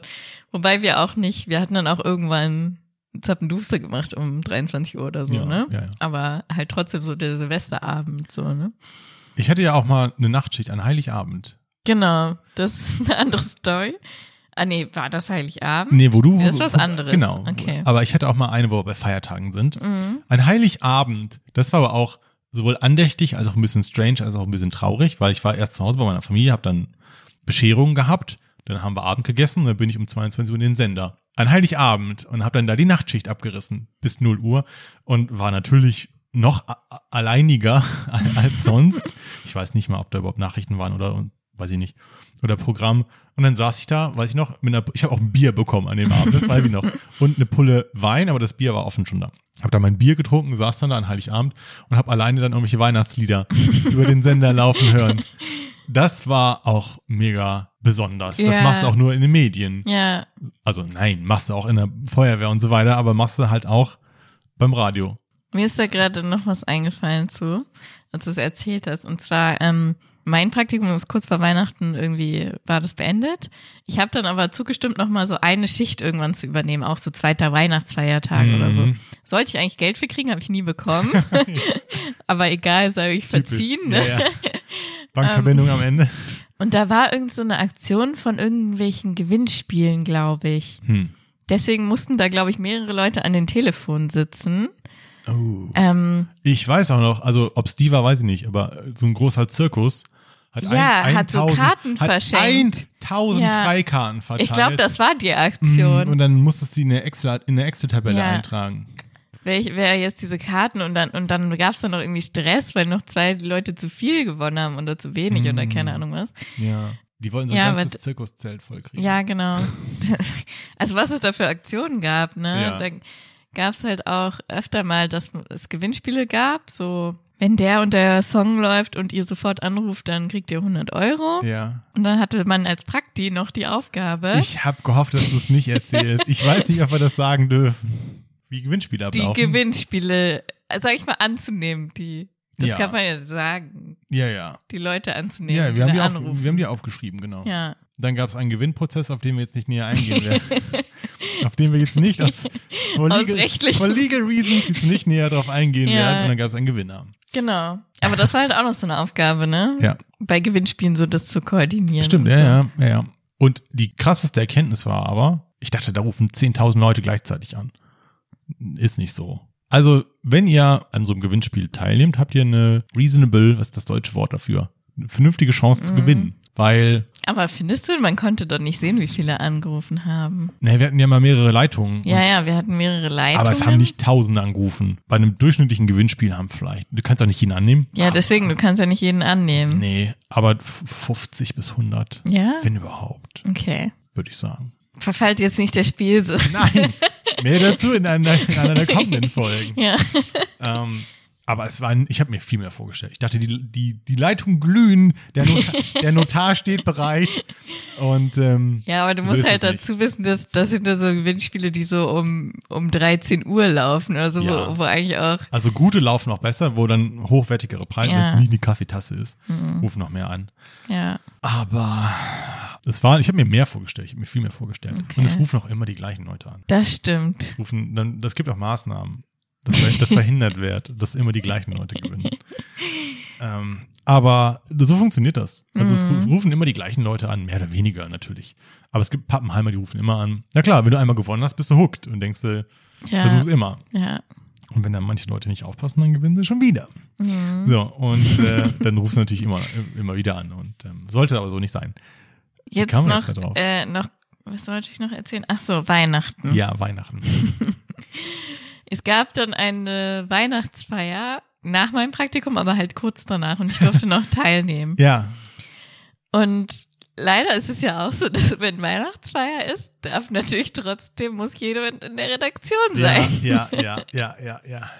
Speaker 2: Wobei wir auch nicht, wir hatten dann auch irgendwann Zappenduster gemacht um 23 Uhr oder so,
Speaker 1: Ja,
Speaker 2: ne?
Speaker 1: ja, ja.
Speaker 2: Aber halt trotzdem so der Silvesterabend, so, ne?
Speaker 1: Ich hatte ja auch mal eine Nachtschicht an Heiligabend.
Speaker 2: Genau, das ist eine andere Story. Ah nee, war das Heiligabend?
Speaker 1: Nee, wo du.
Speaker 2: Das ist
Speaker 1: wo-
Speaker 2: was
Speaker 1: wo-
Speaker 2: anderes.
Speaker 1: Genau.
Speaker 2: Okay.
Speaker 1: Aber ich hatte auch mal eine, wo wir bei Feiertagen sind.
Speaker 2: Mhm.
Speaker 1: An Heiligabend, das war aber auch sowohl andächtig als auch ein bisschen strange, als auch ein bisschen traurig, weil ich war erst zu Hause bei meiner Familie, habe dann Bescherungen gehabt, dann haben wir Abend gegessen, dann bin ich um 22 Uhr in den Sender. An Heiligabend und habe dann da die Nachtschicht abgerissen bis 0 Uhr und war natürlich noch a- a- alleiniger als sonst. Ich weiß nicht mal, ob da überhaupt Nachrichten waren oder weiß ich nicht oder Programm. Und dann saß ich da, weiß ich noch, mit einer, ich habe auch ein Bier bekommen an dem Abend, das weiß ich noch. Und eine Pulle Wein, aber das Bier war offen schon da. Hab da mein Bier getrunken, saß dann da an Heiligabend und habe alleine dann irgendwelche Weihnachtslieder über den Sender laufen hören. Das war auch mega besonders. Das
Speaker 2: Ja.
Speaker 1: machst du auch nur in den Medien.
Speaker 2: Ja,
Speaker 1: Also nein, machst du auch in der Feuerwehr und so weiter, aber machst du halt auch beim Radio.
Speaker 2: Mir ist da gerade noch was eingefallen zu, als du es erzählt hast. Und zwar, ähm, mein Praktikum ist kurz vor Weihnachten irgendwie, war das beendet. Ich habe dann aber zugestimmt, nochmal so eine Schicht irgendwann zu übernehmen, auch so zweiter Weihnachtsfeiertag oder so.
Speaker 1: Mhm.
Speaker 2: Sollte ich eigentlich Geld für kriegen, habe ich nie bekommen. aber egal, sei euch
Speaker 1: Typisch.
Speaker 2: verziehen. Ne? Ähm.
Speaker 1: Ja, ja. Bankverbindung am Ende.
Speaker 2: Und da war irgend so eine Aktion von irgendwelchen Gewinnspielen, glaube ich.
Speaker 1: Hm.
Speaker 2: Deswegen mussten da, glaube ich, mehrere Leute an den Telefon sitzen.
Speaker 1: Oh.
Speaker 2: Ähm,
Speaker 1: Ich weiß auch noch, also ob's die war, weiß ich nicht, aber so ein großer Zirkus hat
Speaker 2: Ja,
Speaker 1: ein,
Speaker 2: hat so
Speaker 1: 1000
Speaker 2: Karten
Speaker 1: hat
Speaker 2: verschenkt.
Speaker 1: 1000
Speaker 2: Ja.
Speaker 1: Freikarten verteilt.
Speaker 2: ich glaube, das war die Aktion.
Speaker 1: Mm, Und dann musstest du die in der Excel- in der Excel-Tabelle
Speaker 2: Ja.
Speaker 1: eintragen.
Speaker 2: wer, wer jetzt diese Karten und dann und dann gab's dann noch irgendwie Stress, weil noch zwei Leute zu viel gewonnen haben oder zu wenig oder
Speaker 1: Mm.
Speaker 2: keine Ahnung was.
Speaker 1: Ja. Die wollten so ein
Speaker 2: Ja,
Speaker 1: ganzes
Speaker 2: aber-
Speaker 1: Zirkuszelt vollkriegen.
Speaker 2: Ja, genau. also was es da für Aktionen gab, ne?
Speaker 1: Ja.
Speaker 2: Da gab's halt auch öfter mal, dass es Gewinnspiele gab, so wenn der und der Song läuft und ihr sofort anruft, dann kriegt ihr 100 Euro.
Speaker 1: Ja.
Speaker 2: Und dann hatte man als Prakti noch die Aufgabe,
Speaker 1: Ich habe gehofft, dass du es nicht erzählst. Ich weiß nicht, ob wir das sagen dürfen. Wie Gewinnspiele
Speaker 2: die
Speaker 1: ablaufen.
Speaker 2: Gewinnspiele, äh, sag ich mal, anzunehmen, die. Das
Speaker 1: Ja.
Speaker 2: kann man ja sagen.
Speaker 1: ja, ja.
Speaker 2: die Leute anzunehmen,
Speaker 1: Ja,
Speaker 2: die
Speaker 1: wir haben, die
Speaker 2: da
Speaker 1: auf,
Speaker 2: anrufen.
Speaker 1: wir haben die aufgeschrieben, genau.
Speaker 2: ja,
Speaker 1: Dann gab es einen Gewinnprozess, auf den wir jetzt nicht näher eingehen werden. auf den wir jetzt nicht aus, for
Speaker 2: Aus
Speaker 1: legal,
Speaker 2: rechtlichen-
Speaker 1: for legal reasons jetzt nicht näher drauf eingehen
Speaker 2: Ja.
Speaker 1: werden. Und dann gab es einen Gewinner.
Speaker 2: genau. Aber das war halt auch noch so eine Aufgabe, ne?
Speaker 1: Ja.
Speaker 2: Bei Gewinnspielen so das zu koordinieren.
Speaker 1: Stimmt,
Speaker 2: und
Speaker 1: ja,
Speaker 2: genau so.
Speaker 1: ja, ja, ja. Und die krasseste Erkenntnis war aber, ich dachte, da rufen 10.000 Leute gleichzeitig an. Ist nicht so. Also, wenn ihr an so einem Gewinnspiel teilnehmt, habt ihr eine reasonable, was ist das deutsche Wort dafür? Eine vernünftige Chance zu
Speaker 2: Mhm.
Speaker 1: gewinnen. Weil,
Speaker 2: Aber findest du, man konnte doch nicht sehen, wie viele angerufen haben.
Speaker 1: ne, wir hatten ja mal mehrere Leitungen.
Speaker 2: Ja, ja, wir hatten mehrere Leitungen.
Speaker 1: Aber es haben nicht Tausende angerufen. Bei einem durchschnittlichen Gewinnspiel haben vielleicht. Du kannst auch nicht jeden annehmen.
Speaker 2: Ja, deswegen, du kannst ja nicht jeden annehmen.
Speaker 1: Nee, aber f- 50 bis 100.
Speaker 2: Ja?
Speaker 1: Wenn überhaupt,
Speaker 2: Okay.
Speaker 1: würde ich sagen.
Speaker 2: Verfallt jetzt nicht der Spiel so.
Speaker 1: Nein, mehr dazu in einer, in einer der kommenden Folgen.
Speaker 2: Ja.
Speaker 1: Ähm, aber es war, ich habe mir viel mehr vorgestellt. Ich dachte, die, die, die Leitung glühen, der Notar, der Notar steht bereit. Und ähm,
Speaker 2: Ja, aber du
Speaker 1: So
Speaker 2: musst
Speaker 1: ist
Speaker 2: halt
Speaker 1: es nicht.
Speaker 2: dazu wissen, dass das sind ja so Gewinnspiele, die so um, um 13 Uhr laufen oder so,
Speaker 1: Ja.
Speaker 2: wo, wo eigentlich auch
Speaker 1: also gute laufen auch besser, wo dann hochwertigere Preise,
Speaker 2: Ja. Mhm.
Speaker 1: wenn es nicht eine Kaffeetasse ist, rufen noch mehr an.
Speaker 2: ja,
Speaker 1: Aber es war, ich habe mir mehr vorgestellt, ich habe mir viel mehr vorgestellt.
Speaker 2: Okay.
Speaker 1: Und es rufen auch immer die gleichen Leute an.
Speaker 2: das stimmt.
Speaker 1: Es rufen, dann, das gibt auch Maßnahmen, dass ver- das verhindert wird, dass immer die gleichen Leute gewinnen. ähm, aber so funktioniert das. Also es
Speaker 2: Mhm.
Speaker 1: ru- rufen immer die gleichen Leute an, mehr oder weniger natürlich. Aber es gibt Pappenheimer, die rufen immer an. Na klar, wenn du einmal gewonnen hast, bist du hooked und denkst, äh,
Speaker 2: Ja.
Speaker 1: versuch's immer.
Speaker 2: Ja.
Speaker 1: Und wenn dann manche Leute nicht aufpassen, dann gewinnen sie schon wieder.
Speaker 2: Mhm.
Speaker 1: So, und äh, dann rufst du natürlich immer, immer wieder an. Und ähm, sollte aber so nicht sein.
Speaker 2: Jetzt
Speaker 1: kam man
Speaker 2: noch,
Speaker 1: jetzt da drauf?
Speaker 2: äh, noch, was wollte ich noch erzählen? Ach so, Weihnachten.
Speaker 1: Ja, Weihnachten.
Speaker 2: Es gab dann eine Weihnachtsfeier nach meinem Praktikum, aber halt kurz danach und ich durfte noch teilnehmen.
Speaker 1: Ja,
Speaker 2: Und leider ist es ja auch so, dass wenn Weihnachtsfeier ist, darf natürlich trotzdem, muss jemand in der Redaktion sein.
Speaker 1: Ja, ja, ja, ja, ja. ja.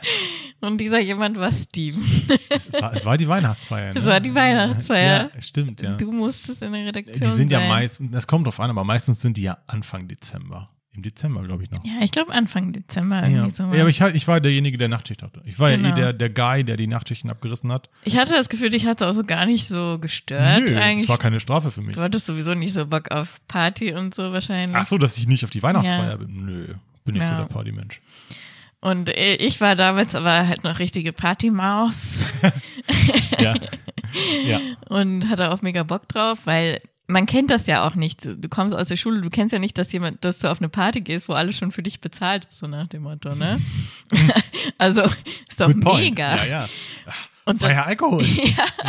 Speaker 2: Und dieser jemand war Steven.
Speaker 1: Es war, es war die Weihnachtsfeier. Ne?
Speaker 2: Es war die Weihnachtsfeier.
Speaker 1: Ja, stimmt, ja.
Speaker 2: Du musstest in der Redaktion
Speaker 1: Die sind ja
Speaker 2: sein.
Speaker 1: meistens, das kommt drauf an, aber meistens sind die ja Anfang Dezember. Im Dezember, glaube ich, noch.
Speaker 2: Ja, ich glaube Anfang Dezember irgendwie
Speaker 1: Ja.
Speaker 2: so.
Speaker 1: ja, aber ich, halt- ich war derjenige, der Nachtschicht hatte. Ich war ja eh
Speaker 2: Genau.
Speaker 1: der, der Guy, der die Nachtschichten abgerissen hat.
Speaker 2: Ich hatte das Gefühl, dich hat es auch so gar nicht so gestört
Speaker 1: es
Speaker 2: eigentlich.
Speaker 1: war keine Strafe für mich.
Speaker 2: Du hattest sowieso nicht so Bock auf Party und so wahrscheinlich.
Speaker 1: Ach so, dass ich nicht auf die Weihnachtsfeier
Speaker 2: Ja.
Speaker 1: bin. Nö, bin ich so
Speaker 2: Ja.
Speaker 1: der Partymensch.
Speaker 2: Und äh, ich war damals aber halt noch richtige Partymaus
Speaker 1: Ja. ja.
Speaker 2: und hatte auch mega Bock drauf, weil man kennt das ja auch nicht. Du du kommst aus der Schule, du kennst ja nicht, dass jemand, dass du auf eine Party gehst, wo alles schon für dich bezahlt ist, so nach dem Motto, ne? also ist doch
Speaker 1: Good point.
Speaker 2: mega.
Speaker 1: Ja, ja.
Speaker 2: Und
Speaker 1: War
Speaker 2: dann,
Speaker 1: ja Alkohol.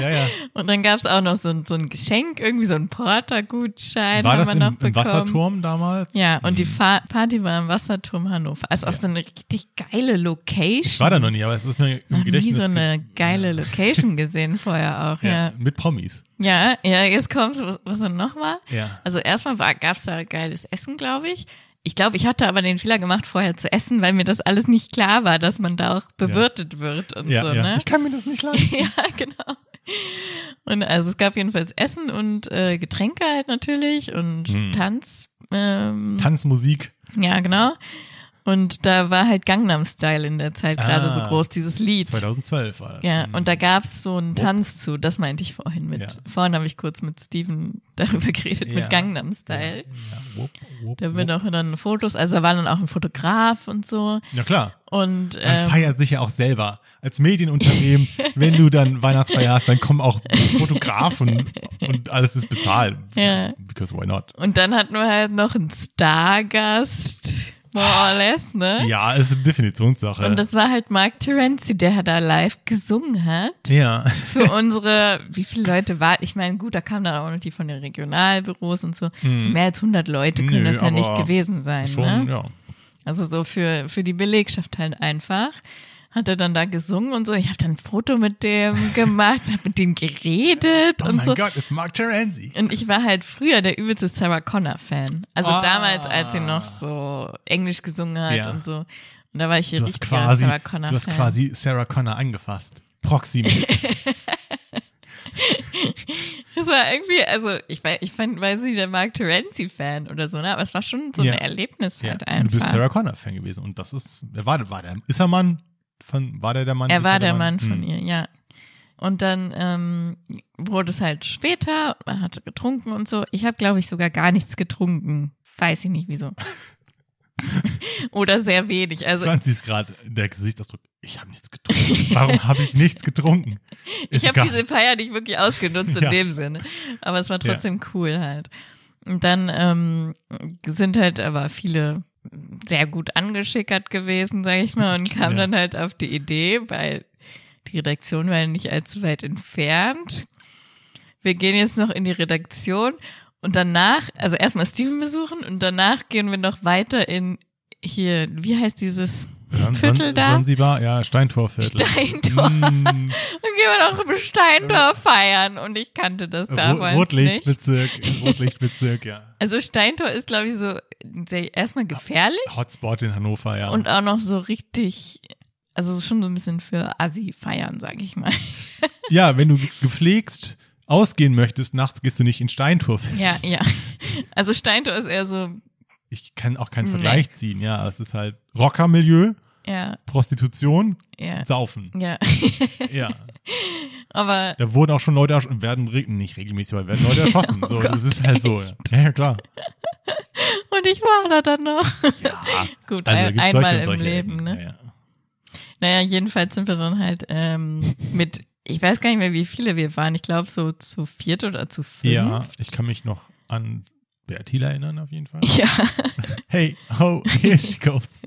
Speaker 1: ja. ja,
Speaker 2: und dann gab's auch noch so, ein- so ein Geschenk, irgendwie so ein Portergutschein
Speaker 1: War
Speaker 2: haben
Speaker 1: das
Speaker 2: wir
Speaker 1: im,
Speaker 2: noch bekommen.
Speaker 1: im Wasserturm Mhm. damals?
Speaker 2: Ja, und die Fa Party war im Wasserturm Hannover. Also auch so eine richtig geile
Speaker 1: Ich
Speaker 2: Location.
Speaker 1: war da noch nie, aber es ist mir im
Speaker 2: Noch nie
Speaker 1: Gedächtnis.
Speaker 2: so
Speaker 1: ge-
Speaker 2: eine geile Location gesehen vorher auch,
Speaker 1: ja.
Speaker 2: ja.
Speaker 1: Mit Promis.
Speaker 2: Ja, ja, jetzt kommt was, was dann nochmal.
Speaker 1: Ja.
Speaker 2: Also erstmal war, gab's da geiles Essen, glaube ich. Ich glaube, ich hatte aber den Fehler gemacht, vorher zu essen, weil mir das alles nicht klar war, dass man da auch bewirtet wird und
Speaker 1: ja,
Speaker 2: so,
Speaker 1: ja.
Speaker 2: ne?
Speaker 1: Ich kann mir das nicht leisten.
Speaker 2: ja, genau. Und also es gab jedenfalls Essen und äh, Getränke halt natürlich und
Speaker 1: Hm.
Speaker 2: Tanz. Ähm,
Speaker 1: Tanzmusik.
Speaker 2: ja, genau. Und da war halt Gangnam Style in der Zeit gerade
Speaker 1: Ah.
Speaker 2: so groß, dieses Lied.
Speaker 1: 2012 war das.
Speaker 2: Ja,
Speaker 1: Mhm.
Speaker 2: und da gab's so einen Tanz zu, das meinte ich vorhin mit.
Speaker 1: Ja.
Speaker 2: Vorhin habe ich kurz mit Steven darüber geredet,
Speaker 1: Ja.
Speaker 2: mit Gangnam Style.
Speaker 1: Ja, wupp, wupp,
Speaker 2: Da
Speaker 1: wupp.
Speaker 2: bin auch dann Fotos, also da war dann auch ein Fotograf und so.
Speaker 1: Ja, klar.
Speaker 2: Und
Speaker 1: Man
Speaker 2: ähm,
Speaker 1: feiert sich ja auch selber. Als Medienunternehmen, wenn du dann Weihnachtsfeier hast, dann kommen auch Fotografen und alles ist bezahlt.
Speaker 2: Ja.
Speaker 1: Because why not?
Speaker 2: und dann hatten wir halt noch einen Stargast, more or less, ne?
Speaker 1: Ja, ist eine Definitionssache.
Speaker 2: Und das war halt Mark Terenzi, der da live gesungen hat.
Speaker 1: ja.
Speaker 2: für unsere, wie viele Leute war, ich meine, gut, da kamen dann auch noch die von den Regionalbüros und so. Mehr als 100 Leute können
Speaker 1: Hm. Nö,
Speaker 2: das ja nicht
Speaker 1: aber
Speaker 2: gewesen sein,
Speaker 1: Schon,
Speaker 2: ne?
Speaker 1: ja.
Speaker 2: Also so für, für die Belegschaft halt einfach. Hat er dann da gesungen und so. Ich habe dann ein Foto mit dem gemacht, habe mit dem geredet
Speaker 1: Oh
Speaker 2: und
Speaker 1: mein
Speaker 2: so.
Speaker 1: Gott, ist Mark Terenzi.
Speaker 2: Und ich war halt früher der übelste Sarah Connor-Fan. Also
Speaker 1: Ah.
Speaker 2: damals, als sie noch so Englisch gesungen hat
Speaker 1: Ja.
Speaker 2: und so. Und da war ich hier
Speaker 1: Du hast,
Speaker 2: richtiger
Speaker 1: quasi,
Speaker 2: Sarah
Speaker 1: du
Speaker 2: Connor-Fan.
Speaker 1: hast quasi Sarah Connor angefasst. Proximus.
Speaker 2: Das war irgendwie, also ich, wei- ich fand, weil sie der Mark Terenzi-Fan oder so, ne? Aber es war schon so
Speaker 1: Ja.
Speaker 2: ein Erlebnis
Speaker 1: ja.
Speaker 2: halt
Speaker 1: und
Speaker 2: einfach.
Speaker 1: Du bist Sarah Connor Fan gewesen und das ist, wer war, war der, ist er Mann? Von, war der der Mann?
Speaker 2: er
Speaker 1: Ist
Speaker 2: war der Mann von
Speaker 1: Hm.
Speaker 2: ihr, ja. Und dann ähm, wurde es halt später, man hatte getrunken und so. Ich habe, glaube ich, sogar gar nichts getrunken. Weiß ich nicht wieso. oder sehr wenig. Also
Speaker 1: Franzis gerade der Gesichtsausdruck. Ich habe nichts getrunken. Warum habe ich nichts getrunken? Ist
Speaker 2: ich habe
Speaker 1: egal.
Speaker 2: diese Feier nicht wirklich ausgenutzt in
Speaker 1: Ja.
Speaker 2: dem Sinne. Aber es war
Speaker 1: Ja.
Speaker 2: trotzdem cool halt. Und dann ähm, sind halt aber viele sehr gut angeschickert gewesen, sage ich mal, und kamen
Speaker 1: Ja.
Speaker 2: dann halt auf die Idee, weil die Redaktion war ja nicht allzu weit entfernt. Wir gehen jetzt noch in die Redaktion und danach, also erstmal Steven besuchen und danach gehen wir noch weiter in hier, wie heißt dieses
Speaker 1: San-
Speaker 2: Viertel
Speaker 1: San-
Speaker 2: da?
Speaker 1: Sansibar, ja, Steintorviertel.
Speaker 2: Steintor.
Speaker 1: Mm,
Speaker 2: Und gehen wir noch im Steintor feiern. Und ich kannte das
Speaker 1: Ro
Speaker 2: damals nicht.
Speaker 1: Rotlichtbezirk, Rotlichtbezirk, ja.
Speaker 2: Also Steintor ist, glaube ich, so sehr erstmal gefährlich
Speaker 1: Hotspot in Hannover, ja.
Speaker 2: und auch noch so richtig, also schon so ein bisschen für Assi feiern, sag ich mal.
Speaker 1: ja, wenn du gepflegst ausgehen möchtest, nachts gehst du nicht in Steintorviertel.
Speaker 2: Ja, ja. Also Steintor ist eher so,
Speaker 1: Ich kann auch keinen
Speaker 2: Nee.
Speaker 1: Vergleich ziehen, ja. Es ist halt Rockermilieu,
Speaker 2: ja,
Speaker 1: Prostitution,
Speaker 2: ja,
Speaker 1: Saufen.
Speaker 2: ja.
Speaker 1: Ja.
Speaker 2: Aber
Speaker 1: Da wurden auch schon Leute ersch- werden re- nicht regelmäßig, aber werden Leute erschossen.
Speaker 2: Oh
Speaker 1: so,
Speaker 2: Gott,
Speaker 1: das ist halt so. Ja, ja klar.
Speaker 2: und ich war da dann noch.
Speaker 1: Ja.
Speaker 2: Gut,
Speaker 1: Also, da gibt's
Speaker 2: ein,
Speaker 1: solche
Speaker 2: einmal
Speaker 1: und
Speaker 2: im
Speaker 1: solche
Speaker 2: Leben, ne?
Speaker 1: Ja, ja.
Speaker 2: Naja, jedenfalls sind wir dann halt ähm, mit, ich weiß gar nicht mehr, wie viele wir waren. Ich glaube so zu viert oder zu fünf.
Speaker 1: Ja, ich kann mich noch an Bertil erinnern, auf jeden Fall.
Speaker 2: Ja,
Speaker 1: Hey, ho, here she goes.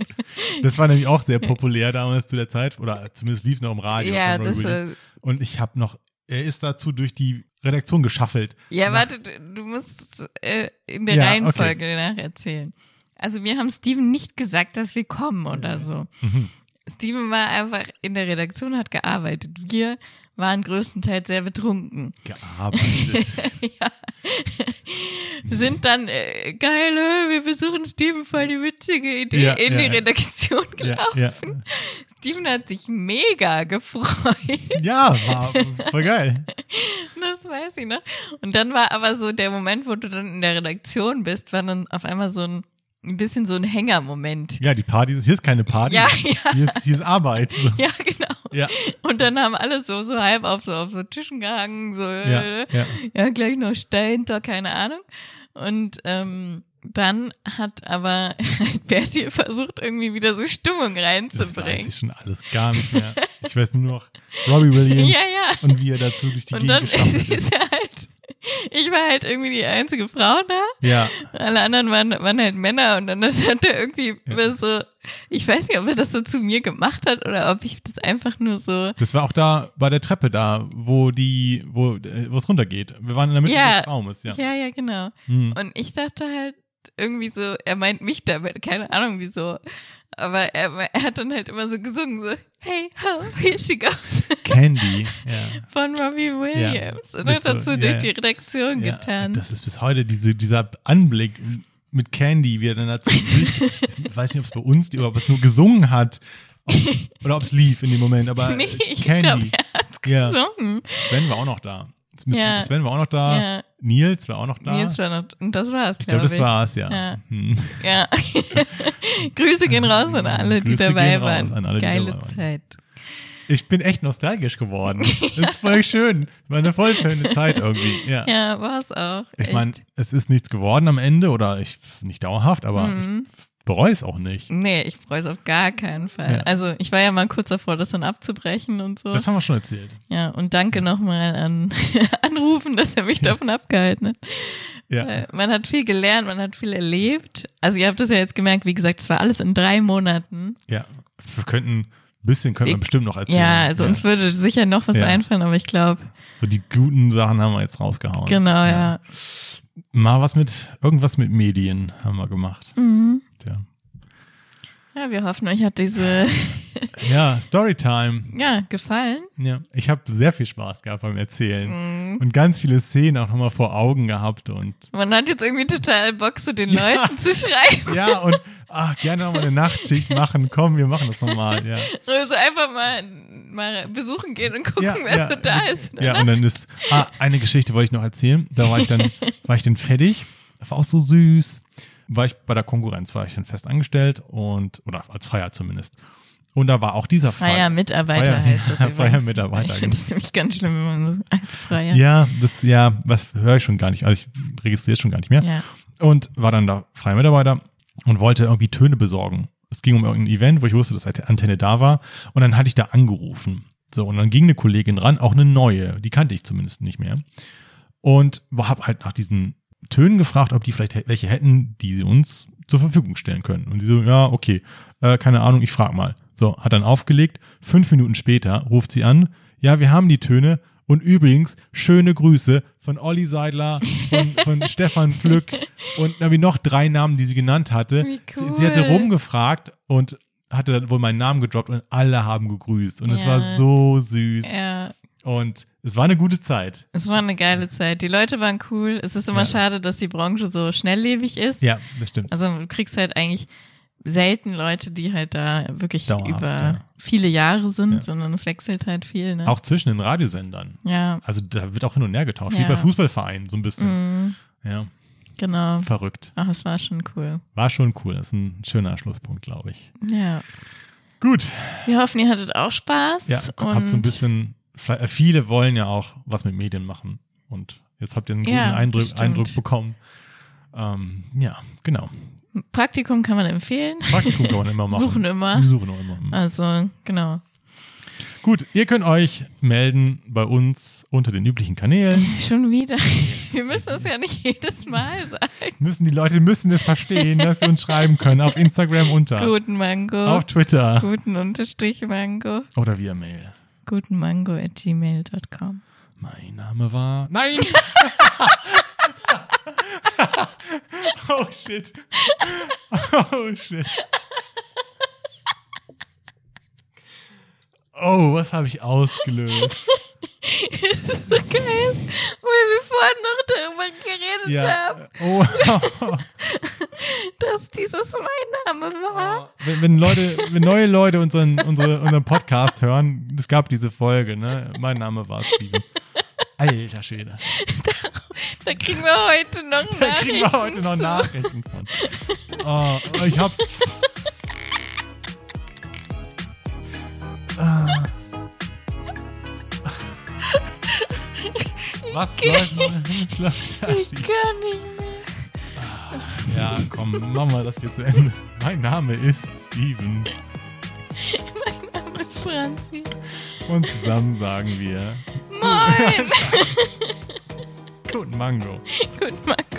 Speaker 1: Das war nämlich auch sehr populär damals zu der Zeit, oder zumindest lief noch im Radio.
Speaker 2: ja,
Speaker 1: Conrad
Speaker 2: das
Speaker 1: Williams.
Speaker 2: ist.
Speaker 1: Und ich habe noch, er ist dazu durch die Redaktion geschaffelt.
Speaker 2: Ja,
Speaker 1: Nach-
Speaker 2: warte, du du musst äh, in der
Speaker 1: Ja, Mhm.
Speaker 2: Reihenfolge nacherzählen. Also wir haben Steven nicht gesagt, dass wir kommen oder so. Steven war einfach in der Redaktion, hat gearbeitet. Wir waren größtenteils sehr betrunken.
Speaker 1: Gearbeitet.
Speaker 2: ja.
Speaker 1: Mhm.
Speaker 2: Sind dann, äh, geil, äh, wir besuchen Steven, voll die witzige Idee,
Speaker 1: Ja,
Speaker 2: in
Speaker 1: ja,
Speaker 2: die
Speaker 1: ja.
Speaker 2: Redaktion
Speaker 1: Ja,
Speaker 2: gelaufen.
Speaker 1: ja.
Speaker 2: Steven hat sich mega gefreut.
Speaker 1: ja, war voll geil.
Speaker 2: Das weiß ich noch. Und dann war aber so der Moment, wo du dann in der Redaktion bist, war dann auf einmal so ein, ein bisschen so ein Hängermoment.
Speaker 1: Ja, die Party, ist- hier ist keine Party.
Speaker 2: Ja, ja.
Speaker 1: Hier, ist, hier ist Arbeit. So.
Speaker 2: Ja, genau.
Speaker 1: Ja,
Speaker 2: Und dann haben alle so, so halb auf so, auf so Tischen gehangen, so,
Speaker 1: ja,
Speaker 2: äh,
Speaker 1: ja.
Speaker 2: ja, gleich noch Steintor, keine Ahnung. Und, ähm, dann hat aber Bertil versucht, irgendwie wieder so Stimmung
Speaker 1: Das weiß
Speaker 2: reinzubringen.
Speaker 1: ich schon alles gar nicht mehr. Ich weiß nur noch Robbie Williams
Speaker 2: Ja, ja.
Speaker 1: und wie er dazu durch die
Speaker 2: Und
Speaker 1: Gegend
Speaker 2: dann
Speaker 1: geschafft ist.
Speaker 2: ist er halt, ich war halt irgendwie die einzige Frau da.
Speaker 1: Ja,
Speaker 2: Alle anderen waren, waren halt Männer und dann hat er irgendwie immer so, ich weiß nicht, ob er das so zu mir gemacht hat oder ob ich das einfach nur so,
Speaker 1: das war auch da bei der Treppe da, wo die, wo äh, wo es runtergeht. Wir waren in der Mitte
Speaker 2: Ja.
Speaker 1: des Raumes, ja.
Speaker 2: ja, ja, genau.
Speaker 1: Hm.
Speaker 2: Und ich dachte halt irgendwie so, er meint mich damit, keine Ahnung wieso. Aber er, er hat dann halt immer so gesungen, so, hey, ho, here she goes,
Speaker 1: Candy. Ja.
Speaker 2: von Robbie Williams. Und
Speaker 1: Das
Speaker 2: hat
Speaker 1: so,
Speaker 2: dazu
Speaker 1: ja,
Speaker 2: durch
Speaker 1: ja.
Speaker 2: die Redaktion
Speaker 1: Ja,
Speaker 2: getan.
Speaker 1: Das ist bis heute diese, dieser Anblick mit Candy, wie er dann dazu ich weiß nicht, ob es bei uns die, oder ob es nur gesungen hat ob, oder ob es lief in dem Moment, aber
Speaker 2: nee, ich glaube,
Speaker 1: Candy.
Speaker 2: er hat
Speaker 1: Ja.
Speaker 2: gesungen.
Speaker 1: Sven war auch noch da. Mit
Speaker 2: Ja.
Speaker 1: Sven war auch noch da.
Speaker 2: Ja.
Speaker 1: Nils war auch noch da.
Speaker 2: Nee, es war noch, und das war's,
Speaker 1: Ah. ich glaube,
Speaker 2: glaube ich.
Speaker 1: das war's, ja.
Speaker 2: Ja.
Speaker 1: Hm.
Speaker 2: Ja. Grüße gehen raus an alle, die
Speaker 1: Grüße
Speaker 2: dabei
Speaker 1: gehen raus
Speaker 2: waren.
Speaker 1: an alle, die
Speaker 2: Geile
Speaker 1: dabei waren.
Speaker 2: Zeit.
Speaker 1: Ich bin echt nostalgisch geworden. Das ist voll schön. War eine voll schöne Zeit irgendwie. Ja.
Speaker 2: Ja, war's auch.
Speaker 1: ich
Speaker 2: Echt.
Speaker 1: meine, es ist nichts geworden am Ende oder ich nicht dauerhaft, aber
Speaker 2: Mhm.
Speaker 1: ich bereue es auch nicht.
Speaker 2: Nee, ich freue es auf gar keinen Fall.
Speaker 1: Ja.
Speaker 2: Also, ich war ja mal kurz davor, das dann abzubrechen und so.
Speaker 1: Das haben wir schon erzählt.
Speaker 2: ja, und danke nochmal an Anrufen, dass er mich davon abgehalten hat.
Speaker 1: Ja.
Speaker 2: Weil Man hat viel gelernt, man hat viel erlebt. Also, ihr habt das ja jetzt gemerkt, wie gesagt, es war alles in drei Monaten.
Speaker 1: ja. Wir könnten ein bisschen können wir
Speaker 2: Ich-
Speaker 1: bestimmt noch erzählen.
Speaker 2: Ja, also uns würde sicher noch was
Speaker 1: Ja.
Speaker 2: einfallen, aber ich glaube,
Speaker 1: so die guten Sachen haben wir jetzt rausgehauen.
Speaker 2: genau, ja.
Speaker 1: Mal was mit irgendwas mit Medien haben wir gemacht.
Speaker 2: Mhm.
Speaker 1: Ja.
Speaker 2: Ja, wir hoffen, euch hat diese,
Speaker 1: Ja, Storytime.
Speaker 2: ja, gefallen.
Speaker 1: Ja, ich habe sehr viel Spaß gehabt beim
Speaker 2: Mhm.
Speaker 1: Erzählen und ganz viele Szenen auch nochmal vor Augen gehabt und
Speaker 2: Man hat jetzt irgendwie total Bock, so den Leuten zu schreiben.
Speaker 1: ja und ach gerne nochmal eine Nachtschicht machen. Komm, wir machen das nochmal. Ja,
Speaker 2: Also einfach mal, mal besuchen gehen und gucken,
Speaker 1: ja,
Speaker 2: wer
Speaker 1: ja.
Speaker 2: so da ist. ne?
Speaker 1: Ja und dann ist ah, eine Geschichte wollte ich noch erzählen. Da war ich dann war ich dann fertig. Das war auch so süß. War ich bei der Konkurrenz war ich dann fest angestellt und oder als Freier zumindest. Und da war auch dieser Fall.
Speaker 2: Freier Mitarbeiter
Speaker 1: Freier-
Speaker 2: heißt das.
Speaker 1: Ja,
Speaker 2: übrigens.
Speaker 1: freier Mitarbeiter, genau.
Speaker 2: Ich finde das nämlich ganz schlimm, wenn man so als Freier.
Speaker 1: Ja, das, ja, was höre ich schon gar nicht. Also ich registriere es schon gar nicht mehr.
Speaker 2: Ja.
Speaker 1: Und war dann da freier Mitarbeiter und wollte irgendwie Töne besorgen. Es ging um irgendein Event, wo ich wusste, dass eine Antenne da war. Und dann hatte ich da angerufen. So, und dann ging eine Kollegin ran, auch eine neue. Die kannte ich zumindest nicht mehr. Und habe halt nach diesen Tönen gefragt, ob die vielleicht hä- welche hätten, die sie uns zur Verfügung stellen können. Und die so, ja, okay, äh, keine Ahnung, ich frag mal. So, hat dann aufgelegt. Fünf Minuten später ruft sie an, ja, wir haben die Töne. Und übrigens, schöne Grüße von Olli Seidler, von, von Stefan Flück und irgendwie noch drei Namen, die sie genannt hatte.
Speaker 2: Wie
Speaker 1: Sie hatte
Speaker 2: cool.
Speaker 1: rumgefragt und hatte dann wohl meinen Namen gedroppt und alle haben gegrüßt. Und es
Speaker 2: Ja.
Speaker 1: war so süß.
Speaker 2: ja.
Speaker 1: Und es war eine gute Zeit.
Speaker 2: Es war eine geile Zeit. Die Leute waren cool. Es ist immer
Speaker 1: Ja.
Speaker 2: schade, dass die Branche so schnelllebig ist.
Speaker 1: Ja, das stimmt.
Speaker 2: Also du kriegst halt eigentlich selten Leute, die halt da wirklich
Speaker 1: Dauerhaft,
Speaker 2: über
Speaker 1: ja.
Speaker 2: viele Jahre sind,
Speaker 1: Ja.
Speaker 2: sondern es wechselt halt viel. Ne?
Speaker 1: Auch zwischen den Radiosendern.
Speaker 2: ja,
Speaker 1: Also da wird auch hin und her getauscht, wie
Speaker 2: Ja. Mhm.
Speaker 1: bei Fußballvereinen so ein bisschen. Ja,
Speaker 2: genau.
Speaker 1: verrückt.
Speaker 2: Ach, es war schon cool.
Speaker 1: War schon cool. Das ist ein schöner Schlusspunkt, glaube ich.
Speaker 2: Ja.
Speaker 1: Gut.
Speaker 2: Wir hoffen, ihr hattet auch Spaß.
Speaker 1: Ja,
Speaker 2: und
Speaker 1: habt so ein bisschen, vielleicht- äh, viele wollen ja auch was mit Medien machen. Und jetzt habt ihr einen guten
Speaker 2: Ja, das
Speaker 1: Eindruck,
Speaker 2: stimmt.
Speaker 1: Eindruck bekommen. Ähm, ja, genau.
Speaker 2: Praktikum kann man empfehlen.
Speaker 1: Praktikum kann man immer machen.
Speaker 2: Suchen immer.
Speaker 1: Wir suchen auch immer. Mhm.
Speaker 2: Also, genau.
Speaker 1: Gut, ihr könnt euch melden bei uns unter den üblichen Kanälen.
Speaker 2: Schon wieder. Wir müssen es ja nicht jedes Mal sagen.
Speaker 1: Müssen die Leute müssen es verstehen, dass sie uns schreiben können. Auf Instagram unter.
Speaker 2: Guten Mango.
Speaker 1: Auf Twitter.
Speaker 2: Guten Unterstrich Mango.
Speaker 1: Oder via Mail.
Speaker 2: Guten Mango at gmail.com.
Speaker 1: Mein Name war. Nein! oh shit. Oh shit. oh, was habe ich ausgelöst?
Speaker 2: das ist so geil, weil wir vorhin noch darüber geredet haben,
Speaker 1: Oh,
Speaker 2: dass dieses mein Name war.
Speaker 1: wenn, wenn Leute, wenn neue Leute unseren, unsere, unseren Podcast hören, es gab diese Folge, ne? Mein Name war Steven. Alter Schwede.
Speaker 2: Da kriegen wir heute noch Nachrichten.
Speaker 1: Da kriegen wir heute noch
Speaker 2: zu.
Speaker 1: Nachrichten von. Oh, ich hab's. Ah. Was läuft, was läuft da
Speaker 2: Ich
Speaker 1: schief?
Speaker 2: kann nicht mehr.
Speaker 1: Ja, komm, machen wir das hier zu Ende. Mein Name ist Steven
Speaker 2: Mein Name ist Franzi.
Speaker 1: und zusammen sagen wir
Speaker 2: Moin!
Speaker 1: Guten Mango.
Speaker 2: Guten Morgen.